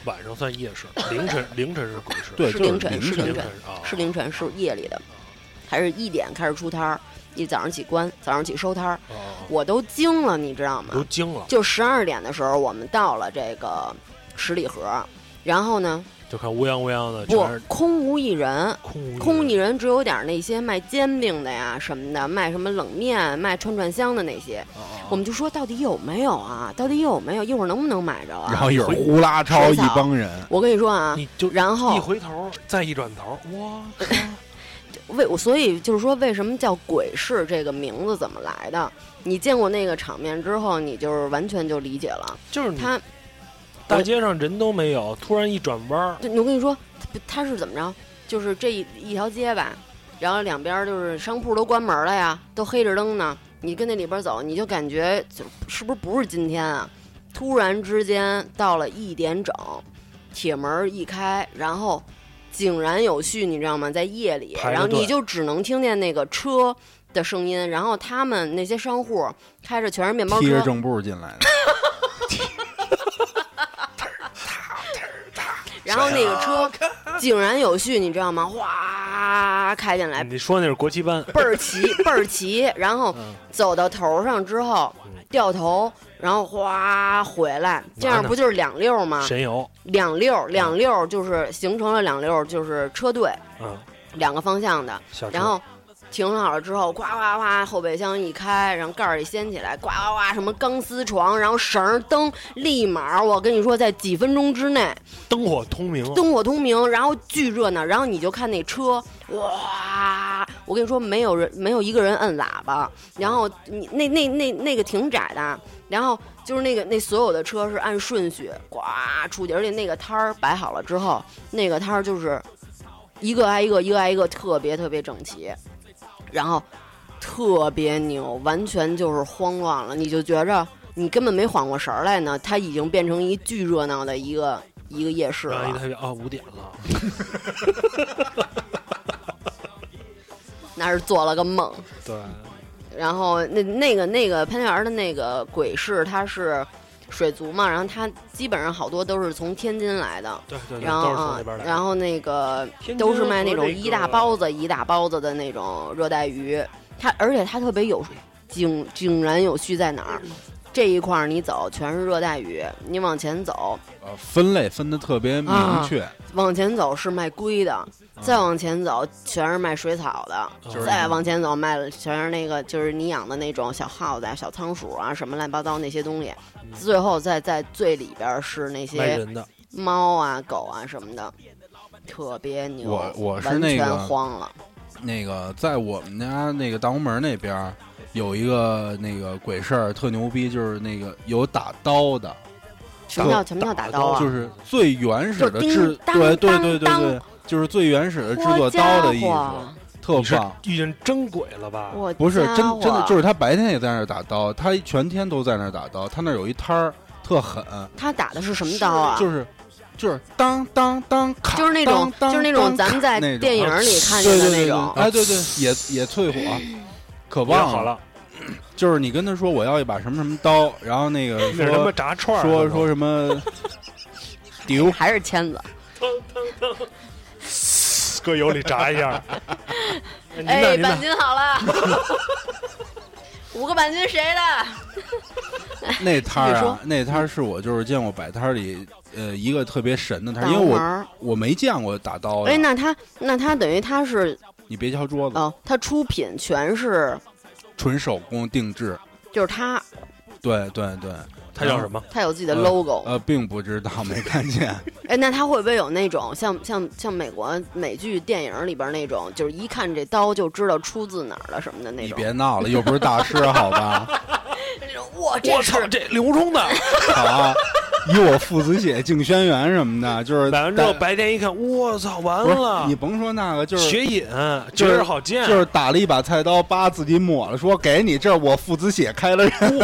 C: 晚上算夜市，凌晨凌晨是鬼市，
B: 对，
A: 是
B: 就是
A: 凌晨
B: 凌
A: 是
C: 凌
A: 凌
C: 晨
A: 晨
C: 啊，
A: 是凌晨是夜
C: 哦
A: 里的，还是一点开始出摊儿，一早上起关，早上起收摊儿，
C: 哦，
A: 我都惊了，你知道吗？
C: 啊都惊了，
A: 就十二点的时候，我们到了这个十里河，然后呢，
C: 就看乌泱乌泱的，
A: 不
C: 全是
A: 空无一人，
C: 空
A: 空一
C: 你
A: 人只有点儿那些卖煎饼的呀什么的，卖什么冷面、卖串串香的那些，我们就说到底有没有啊？到底有没有？一会儿能不能买着
B: 然
A: 啊？
B: 后一会儿呼啦超一帮人，
A: 我跟你说啊，
C: 你就
A: 然
C: 一
A: 后
C: 回头，再一转头，哇，
A: 为我所以就是说，为什么叫鬼市这个名字怎么来的？你见过那个场面之后，你就是完全就理解了。
C: 就是你
A: 他，
C: 大街上人都没有，突然一转弯儿，
A: 就我跟你说，他他是怎么着？就是这一一条街吧，然后两边就是商铺都关门了呀，都黑着灯呢。你跟那里边走，你就感觉就是不是不是今天啊？突然之间到了一点整，铁门一开，然后井然有序，你知道吗？在夜里，
C: 排着
A: 然后你
C: 队
A: 就只能听见那个车的声音，然后他们那些商户开着全是面包
B: 踢着
A: 车，
B: 正步进来的。
A: 然后
C: 哎
A: 那个车井然有序，你知道吗？哗开进来，
C: 你说那是国旗班，
A: 倍儿齐， 倍儿齐。然后走到头上之后，掉头，然后哗回来，这样不就是两溜吗？
C: 神游，
A: 两溜，两溜就是形成了两溜，就是车队
C: 嗯，
A: 两个方向的。
C: 下车
A: 然后停好了之后，呱呱呱，后备箱一开，然后盖儿一掀起来，呱呱呱，什么钢丝床，然后绳儿灯，立马我跟你说，在几分钟之内。
C: 灯火通明，
A: 灯火通明，然后巨热闹，然后你就看那车，哇！我跟你说，没有人，没有一个人摁喇叭，然后你那那那那个挺窄的，然后就是那个那所有的车是按顺序呱出去，而且那个摊儿摆好了之后，那个摊儿就是一个挨一个，一个挨一个，特别特别整齐，然后特别牛，完全就是慌乱了，你就觉着。你根本没缓过神儿来呢，它已经变成一巨热闹的一个一个夜市
C: 然后一
A: 了。
C: 抬眼啊，五点了，
A: 那是做了个梦。
C: 对，
A: 然后那那个那个潘家园的那个鬼市，它是水族嘛，然后它基本上好多都是从天津来的，
C: 对对对，
A: 然后
C: 嗯都是从
A: 啊
C: 那边来，，
A: 然后那个
C: 天津
A: 都是卖那
C: 和
A: 种
C: 这个
A: 一大包子一大包子的那种热带鱼，它而且它特别有井井然有序在哪儿？这一块儿你走全是热带鱼，你往前走，
B: 呃，分类分的特别明
A: 啊
B: 确，
A: 往前走是卖龟的，再往前走全是卖水草的，
C: 嗯就是
A: 再往前走卖了全是那个就是你养的那种小耗子啊、小仓鼠啊什么乱七八糟那些东西，最后再在最里边是那
C: 嗯卖
A: 些
C: 人的，
A: 猫啊、狗啊什么的，特别牛。
B: 我我是那个
A: 完全慌了，
B: 那个在我们家那个大红门那边儿有一个那个鬼事儿特牛逼，就是那个有打刀的，
A: 什么叫什么叫打刀啊？
B: 就是最原始的
A: 就是
B: 制，
A: 叮当
B: 对对对对
A: 当
B: 对，就是最原始的制
A: 好
B: 作
A: 家
B: 刀
A: 伙，
B: 的艺术，特
C: 你是
B: 棒。
C: 遇见真鬼了吧？
A: 我
B: 不是
A: 家
B: 真真的
A: 伙，
B: 就是他白天也在那儿打刀，他全天都在那儿打刀，他那儿有一摊儿特狠，
A: 他打的是什么刀啊？
B: 就是就是当当当卡，
A: 就是那种
B: 当
A: 就是那种咱们在
B: 那种啊
A: 电影里看见
B: 对
A: 的
B: 对
A: 那
B: 对对
A: 种，嗯
B: 哎对对，也也淬火，可
C: 约
B: 棒
C: 好，了，
B: 就是你跟他说我要一把什么什么刀，然后那个
C: 那是他妈
B: 说
C: 炸串儿，
B: 说说什么 丢
A: 还是签子。
C: 搁油里炸一下，您呢
A: 哎，
C: 您呢
A: 板筋好了， 五个板筋谁的？
B: 那摊儿
A: 你
B: 啊
A: 说，
B: 那摊儿是我就是见过摆摊儿里呃一个特别神的摊
A: 打
B: 儿，因为
A: 门
B: 我
A: 儿。
B: 我没见过打刀
A: 哎，
B: 的，
A: 那他那他等于他是
B: 你别敲桌子，
A: 哦，他出品全是
B: 纯手工定制，
A: 就是他，
B: 对对对，
C: 他叫什么？
A: 他有自己的
B: 呃
A: logo。
B: 呃，并不知道，没看见。
A: 哎，那他会不会有那种像像像美国美剧电影里边那种，就是一看这刀就知道出自哪儿了什么的 那
B: 你
A: 种？
B: 别闹了，又不是大师，好 吧？
A: 那种哇，这
C: 我操，这刘冲的，
B: 好，啊以我父子血敬轩辕什么的，就是
C: 买完之后
B: 打
C: 白天一看，我操，完
B: 不是
C: 了
B: 你，甭说那个，就是
C: 血瘾，
B: 就
C: 绝
B: 是
C: 世好啊剑，
B: 就是打了一把菜刀，把 自己抹了，说给你，这是我父子血开了刃。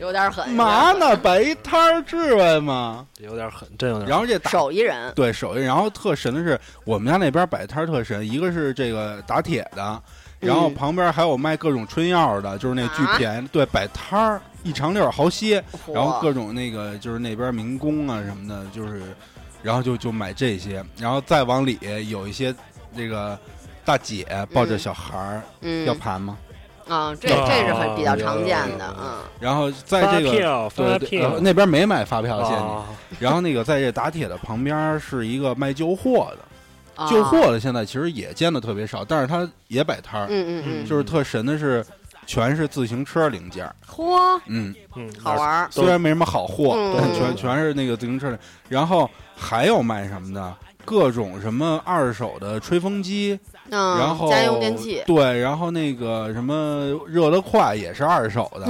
A: 有点狠。
B: 嘛
A: 有点
B: 呢？摆摊儿至问吗？
C: 有点狠，真有点狠。
B: 然后这
A: 狠？
B: 打
A: 手艺人，
B: 对手艺，然后特神的是，我们家那边摆摊儿特神，一个是这个打铁的，然后
A: 嗯
B: 旁边还有卖各种春药的，就是那巨
A: 啊
B: 便宜，对，摆摊儿一长溜儿好些，
A: 嚯
B: 然后各种那个就是那边民工啊什么的，就是，然后就就买这些，然后再往里有一些这个大姐抱着
A: 嗯
B: 小孩儿、
A: 嗯
B: 要盘吗？
A: 啊，这
C: 啊
A: 这是很比较常见的
B: 有有有
A: 嗯，
B: 然后在
C: 发
B: 这个。
C: 票，
B: 对
C: 发
B: 对、
C: 票
B: 呃，那边没买发票，现在、
C: 啊
B: 哦然后那个在这打铁的旁边是一个卖旧货的，
A: 啊
B: 旧货的现在其实也见的特别少，但是它也摆摊儿，
A: 嗯嗯嗯，
B: 就是特神的是，全是自行车零件儿，
A: 嚯，
B: 嗯，
C: 嗯，，
A: 好玩儿，
B: 虽然没什么好货，
A: 嗯
B: 但全全是那个自行车零。然后还有卖什么的，各种什么二手的吹风机，
A: 嗯，
B: 然后
A: 家用电器
B: 对，然后那个什么热得快也是二手 的，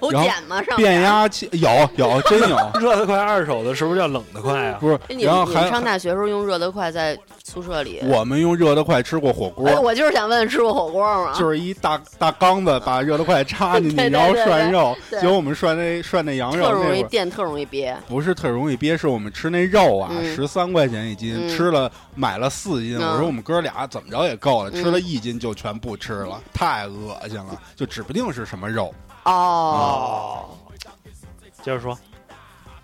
A: 有
B: 然后
A: 茧吗？上面
B: 变。压器有有真有
C: 热得快，二手的是不是叫冷得快啊？
B: 不是
A: 哎，你
B: 然后
A: 们你
B: 还
A: 们上大学时候用热得快在宿舍里？
B: 我们用热得快吃过火锅
A: 哎，。我就是想问，吃过火锅吗？
B: 就是一大大缸子，把热得快插进去，
A: 对对
B: 然后
A: 对
B: 涮
A: 对
B: 肉。
A: 对
B: 结果我们涮那涮那羊肉，那
A: 特容
B: 会
A: 易
B: 儿
A: 电，特容易憋。
B: 不是特容易憋，是我们吃那肉啊，
A: 嗯
B: 十三、块钱一斤，
A: 嗯
B: 吃了买了四斤。
A: 嗯
B: 我说我们哥俩怎么着也够了，
A: 嗯
B: 吃了一斤就全不吃了，太恶心了，就指不定是什么肉。
A: 哦，
C: 接着说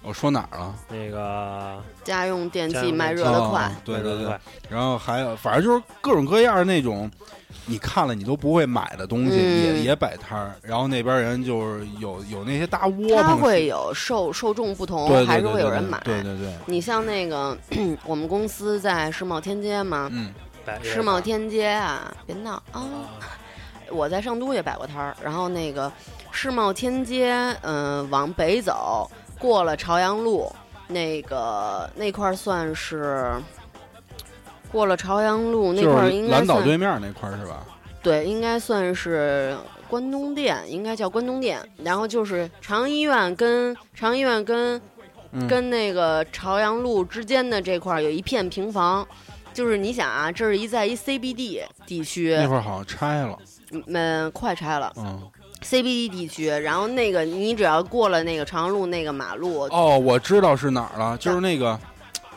B: 我说哪儿了？
C: 那个
A: 家用电
C: 家
A: 器
C: 用
A: 卖
C: 电
A: 热得快
B: 哦，对对
C: 热得
B: 对
C: 快。
B: 然后还有，反正就是各种各样那种。你看了你都不会买的东西，也
A: 嗯
B: 也摆摊儿，然后那边人就是有有那些大窝
A: 它
B: 棚，
A: 会有受受众不同，
B: 对对
A: 还是
B: 对
A: 会
B: 对
A: 有
B: 对
A: 人买。
B: 对对对，
A: 你像那个 我们公司在世贸天阶嘛，
B: 嗯，
C: 摆
A: 世贸天阶啊，别闹啊、
C: 呃
A: 我在上都也摆过摊儿，然后那个世贸天阶，嗯、往北走，过了朝阳路，那个那块儿算是过了朝阳路那
B: 就
A: 块儿，
B: 是
A: 应该
B: 蓝岛
A: 算
B: 对面那块儿是吧？
A: 对，应该算是关东店，应该叫关东店。然后就是朝阳医院跟朝阳医院跟、
B: 嗯
A: 跟那个朝阳路之间的这块儿有一片平房，就是你想啊，这是一在一 CBD 地区，
B: 那会儿好像拆了，
A: 嗯，快拆了
B: 嗯。
A: CBD 地区。然后那个你只要过了那个朝阳路那个马路，
B: 哦，我知道是哪儿了，就是那个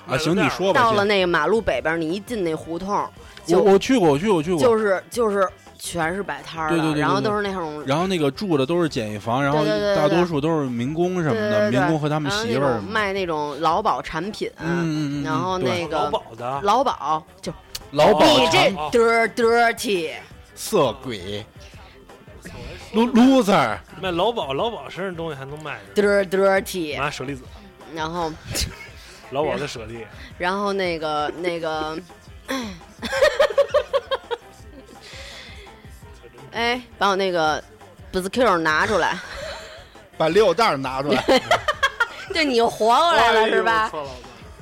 B: 啊，行，你说吧。
A: 到了
B: 先
A: 那个马路北边儿，你一进那胡同，就
B: 我我去过，我去过，我去过。
A: 就是就是全是摆摊儿的，
B: 对对对对
A: 然后
B: 对
A: 都是那种
B: 然后那个住的都是简易房，然后
A: 对对对对
B: 大多数都是民工什么的，
A: 对对对对
B: 民工和他们
A: 然后
B: 媳
A: 那
B: 妇儿什
A: 种
B: 么的。
A: 卖那种劳保产品，
B: 嗯嗯嗯嗯
A: 然后那
C: 劳
A: 个
C: 保的，
A: 劳保就
B: 劳保
A: 你这
B: 产
C: 保
A: dir- dirty，
B: 色鬼，lo-，loser，
C: 卖劳保，劳保身上东西还能卖呢，
A: dir- dirty，
C: 拿舍利子，
A: 然后
C: 劳保的舍利，
A: 然后那 个那个，哎，把我那个 b z q 拿出 来，
B: 把六袋儿拿 出来。
A: 对你又活过来了是
C: 哎呦
A: 吧？
C: 操劳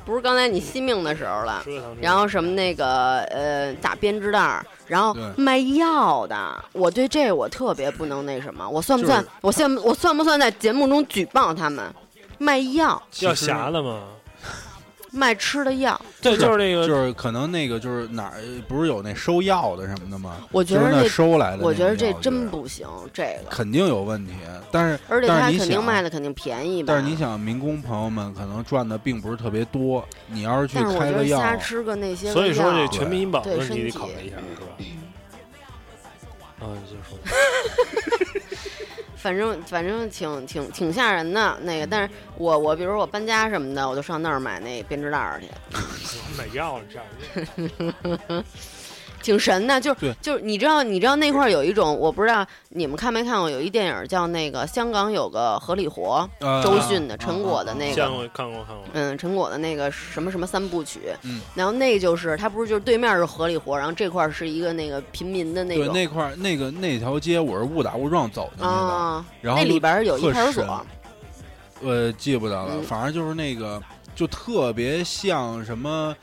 A: 不是刚才你惜命的时候了
C: 保。吃个糖吃个
A: 然后什么那个呃打编织袋儿，然后
B: 对
A: 卖药的，我对这我特别不能那什么，我算不
B: 就是
A: 算？我算我算不算在节目中举报他们卖药
C: 要匣子嘛，
A: 卖吃的药？
C: 对，
B: 就
C: 就是那个
B: 就是可能那个就是哪儿不是有那收药的什么的吗？
A: 我
B: 就
A: 觉
B: 是
A: 得
B: 那
A: 那
B: 收来的那个药，
A: 我觉得这
B: 就
A: 真
B: 是
A: 不行，这个，
B: 肯定有问题，但是
A: 而且
B: 但
A: 他
B: 是你
A: 肯定
B: 想
A: 卖的肯定便宜吧？
B: 但是你想，民工朋友们可能赚的并不是特别多，你要是去
A: 但是我
B: 开
A: 觉
B: 个
A: 得
B: 药，
A: 瞎吃个那些个药，
C: 所以说这全民医保
A: 对
C: 问题
A: 身
C: 得
A: 体
C: 考虑一下，是吧？啊，你就说吧，
A: 反正反正挺挺挺吓人的那
B: 嗯
A: 个，但是我我比如我搬家什么的，我就上那儿买那编织袋儿去，
C: 买药这样，
A: 挺神的，就
B: 对
A: 是就是你知道你知道那块儿有一种我不知道你们看没看过，有一电影叫那个香港有个合理活，
B: 呃
A: 周迅的、陈果
B: 啊
A: 的
B: 啊
A: 那
C: 见
A: 个。
C: 过看过看过，
A: 嗯，陈果的那个什么什么三部曲，
B: 嗯
A: 然后那就是他不是就是对面是合理活，然后这块儿是一个那个平民的那
B: 对
A: 种
B: 那块儿那个那条街，我是误打误撞走进去的，
A: 啊，
B: 然后
A: 那里边儿有
B: 特
A: 一派出
B: 神
A: 所，
B: 呃记不得了，
A: 嗯
B: 反正就是那个就特别像什么。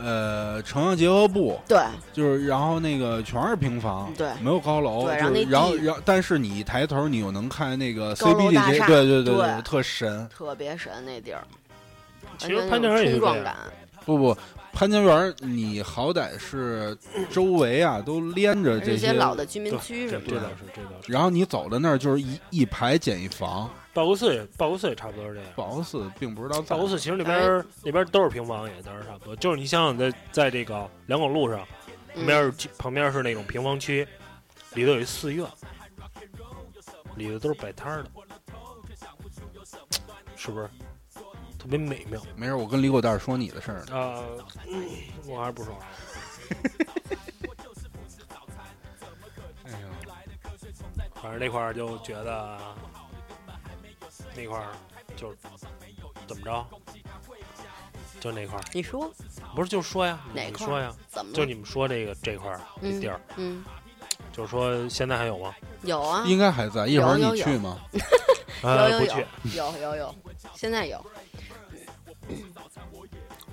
B: 呃，城乡结合部
A: 对，
B: 就是，然后那个全是平房，
A: 对
B: 没有高楼，
A: 对
B: 就
A: 然
B: 是
A: 后那
B: 然后
A: 地
B: 然后，但是你一抬头，你又能看那个
A: 高楼
B: CBD
A: 大
B: 街，
A: 厦
B: 对对对
A: 对
B: 特神，
A: 特别神那地儿，
C: 其实
A: 完全
C: 潘
A: 那
C: 家园
A: 种
C: 也是
A: 冲
C: 这
A: 撞
C: 样，
A: 感，
B: 不不，潘家园儿你好歹是周围啊都连着
A: 这
B: 这
A: 些
B: 些
A: 老的居民
C: 对
A: 区
C: 这
A: 什么
C: 这倒
A: 的。
C: 是这倒是，
B: 然后你走到那儿就是一一排简易房，
C: 报国寺也报国寺也差不多是这样。
B: 不好意思，并不知道在
C: 报国寺其实那边儿那边儿都是平房，也都是差不多。就是你想想，在在这个两广路上，旁边
A: 嗯
C: 儿旁边儿是那种平房区，里头有一寺院，里头都是摆摊儿的，是不是？特别美妙
B: 没事，我跟李狗蛋儿说你的事儿呢。
C: 啊、嗯我还是不说了。
B: 哎呀，
A: 啊
C: 反正那块儿就觉得那块儿就怎么着，就那块儿
A: 你说
C: 不是就说呀，
A: 哪
C: 你
A: 块儿
C: 说呀，
A: 怎么了？
C: 就你们说这个这块儿啊这
A: 嗯
C: 地儿，
A: 嗯，
C: 就是说现在还有吗？
A: 有啊，
B: 应该还在，一会儿
A: 有
B: 你
A: 有
B: 去吗？啊
A: 有
C: 呃，
A: 有
C: 不
A: 有
C: 去，
A: 有有有，现在有。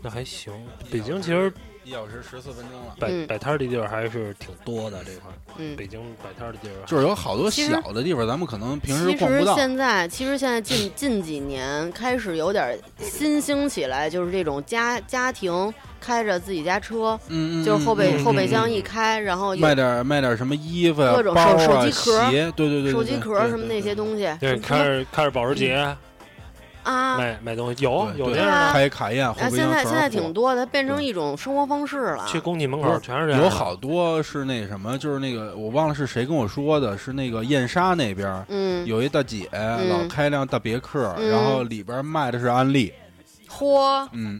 C: 那还行。北京其实
B: 一小时十四分钟了，
C: 摆、
A: 嗯
C: 摆摊儿的地儿还是挺多的，这块儿
A: 嗯，
C: 北京摆摊儿的地儿，
B: 就是有好多
A: 其实
B: 小的地方，咱们可能平时
A: 其
B: 逛不
A: 实
B: 到。
A: 现在，其实现在近近几年开始有点新兴起来，就是这种家家庭开着自己家车，
B: 嗯嗯，
A: 就是后备、
B: 嗯
A: 后备箱一开，然后
B: 嗯
A: 哦有
B: 卖点卖点什么衣服呀、
A: 各种
B: 包
A: 手
B: 啊、
A: 手机壳
B: 鞋，对对对，对
A: 手机
B: 对
A: 壳
B: 对
A: 什么那
B: 对对
A: 些东西，
C: 对，
A: 什
C: 开
A: 么
C: 始开始保时捷、
A: 啊，
C: 卖卖东西，有
B: 对
C: 哦有
B: 对
C: 这样的，
B: 开卡宴，后
A: 啊，
B: 备
A: 现
B: 箱全
A: 在现
B: 是
A: 在
B: 货
A: 挺多的，它变成一种生活方式了。
C: 去工体门口儿全是这样的。
A: 啊
B: 有好多是那什么，就是那个我忘了是谁跟我说的，是那个燕莎那边儿
A: 嗯，
B: 有一大姐老开辆大别克，
A: 嗯
B: 然后里边卖的是安利，
A: 嚯，
B: 嗯，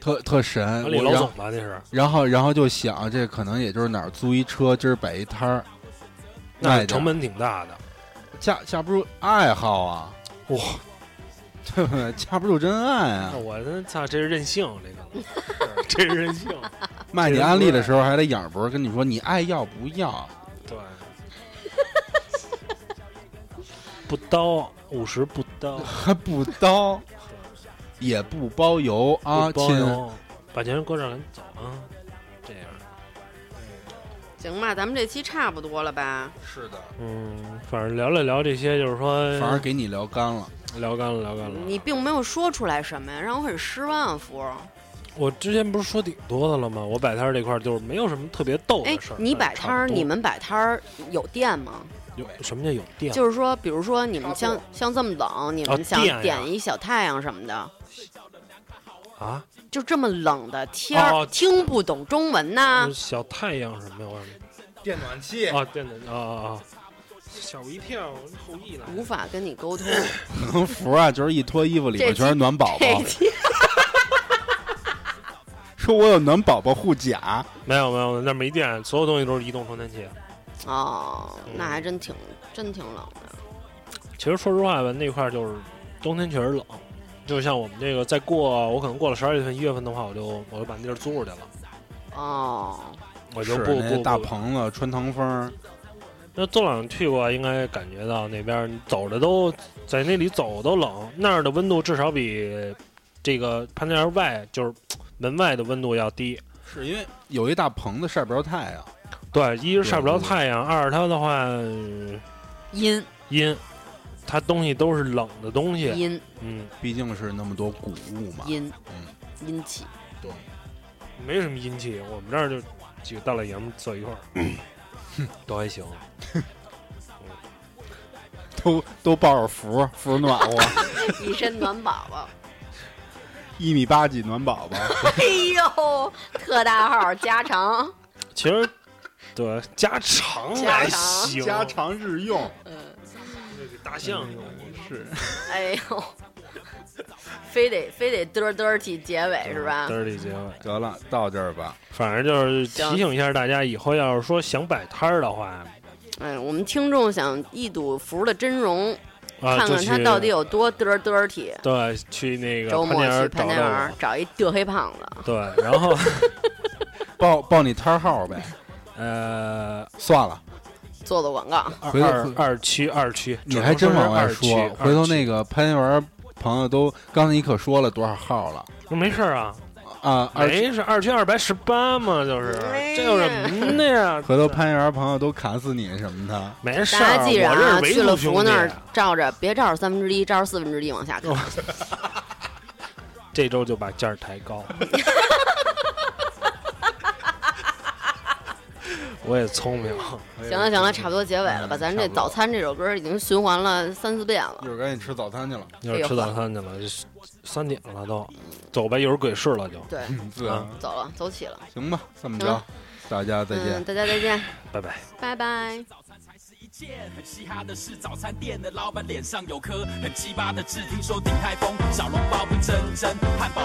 B: 特特神。
C: 李
B: 我
C: 老
B: 然
C: 总
B: 后
C: 吧，那是
B: 然后然后就想，这可能也就是哪儿租一车，今儿摆一摊儿，卖
C: 那
B: 点
C: 成
B: 儿
C: 本挺大的。
B: 架架不住爱好啊，
C: 哇，哦
B: 对不对？架不住真爱啊
C: 那！我这操，这是任性，这 个这是任性，
B: 卖你安利的时候还得仰脖跟你说，你爱要不要？
C: 对。 不刀五十不刀
B: 还不刀，也不包邮啊，
C: 不包
B: 亲。
C: 邮，把钱搁这儿赶紧走啊，这样。
A: 行吧，咱们这期差不多了吧？
B: 是的，
C: 嗯，反正聊了聊这些，就是说，
B: 反而给你聊干了。
C: 聊干了，聊干了。
A: 你并没有说出来什么呀，让我很失望，福儿。
C: 我之前不是说挺多的了吗？我摆摊儿这块儿就是没有什么特别逗
A: 哎
C: 的事儿。，
A: 你摆摊儿，
C: 差不多
A: 你们摆摊儿有店吗？
C: 有什么叫有店？
A: 就是说，比如说你们
B: 插
A: 像像这么冷，你
C: 啊
A: 们想
C: 电呀
A: 点一小太阳什么的，
C: 啊，
A: 就这么冷的天儿，
C: 哦
A: 听不懂中文呐
C: 就是。小太阳什么呀？我
B: 电暖气
C: 啊，电的啊啊啊！吓我一跳，后羿来
A: 无法跟你沟通，
B: 可能服啊，就是一脱衣服里
A: 这
B: 面全是
A: 期
B: 暖宝宝
A: 这，期
B: 说我有暖宝宝护甲，
C: 没有没有，那没电，所有东西都是移动充电器。
A: 哦，那还真挺真挺冷的。
C: 其实说实话吧，那块儿就是冬天确实冷，就像我们这个再过，我可能过了十二月份、一月份的话，我就我就把那地儿租出去了，
A: 哦，
C: 我就是不
B: 那
C: 不
B: 大
C: 不
B: 棚子穿堂风，
C: 那杜朗去过，应该感觉到那边儿你走着都在那里走都冷，那儿的温度至少比这个潘家园外就是门外的温度要低。
B: 是因为有一大棚子晒不着太阳。
C: 对，一是晒不着
B: 对对
C: 太阳，二是它的话嗯
A: 阴
C: 阴，它东西都是冷的东西。
A: 阴
C: 嗯，
B: 毕竟是那么多谷物嘛，
A: 阴
B: 嗯
A: 阴气，
C: 没什么阴气，我们这儿就几个大老爷们坐一块儿，嗯都还行。
B: 都都抱着福福暖和，
A: 一身暖宝宝。
B: 一米八几暖宝 宝，
A: 哎呦，特大号加 长，
C: 其实，对家常
A: 家
C: 还
A: 常
C: 行，
B: 家常日用
A: 嗯，
C: 大象用
B: 是。
A: 哎呦，非得非得嘚儿嘚儿起结尾是吧
C: 嘚？儿里结尾。
B: 得了，到这儿吧，
C: 反正就是提醒一下大家，以后要是说想摆摊儿的话，啊
A: 哎，我们听众想一睹福的真容，
C: 啊，
A: 看
C: 就
A: 看
C: 去
A: 他到底有多嘚儿嘚儿体。
C: 对去那个
A: 周
C: 潘
A: 末
C: 家
A: 去
C: 园
A: 潘家
C: 找找
A: 园
C: 我，
A: 找一德黑胖子，
C: 对，然 后
B: 报报你摊儿号呗，
C: 呃，
B: 算了。
A: 做做广告。
C: 二
B: 回头
C: 二二区二区，
B: 你还真往外
C: 只能
B: 说
C: 是二，区
B: 回头
C: 二
B: 那
C: 区
B: 个潘家园朋友都，刚才你可说了多少号了
C: 那没事儿啊，
B: 啊？二
C: 没事，二区二百十八嘛，就是
A: 哎呀
C: 这有什么的 呀？
B: 回头潘家园朋友都砍死你什么的，
C: 没事
A: 大
C: 儿，
A: 家记着
C: 我这
A: 啊，
C: 是维
A: 去了
C: 族兄
A: 福
C: 弟啊哦
A: 那儿照着，别照着三分之一，照着四分之一往下看。
C: 这周就把价儿抬高。 我也聪明，啊
A: 行了行了，差不多结尾了吧？咱这
C: 差不多嗯
A: 早餐这首歌已经循环了三四遍了
B: 一。会儿赶紧吃早餐去了。
C: 一会儿吃早餐去了，这三点了都，走吧，一会儿鬼市了就，
A: 对，
B: 对啊，
A: 走了，走起了。
B: 行吧，这么
A: 行
B: 着
A: 了，
B: 大家再见
A: 嗯，。大家再见，
C: 拜拜。
A: 拜拜。
G: 早餐才是一件很嘻哈的事，早餐店的老板脸上有颗很奇葩的痣，听说鼎泰丰小笼包不真真，汉堡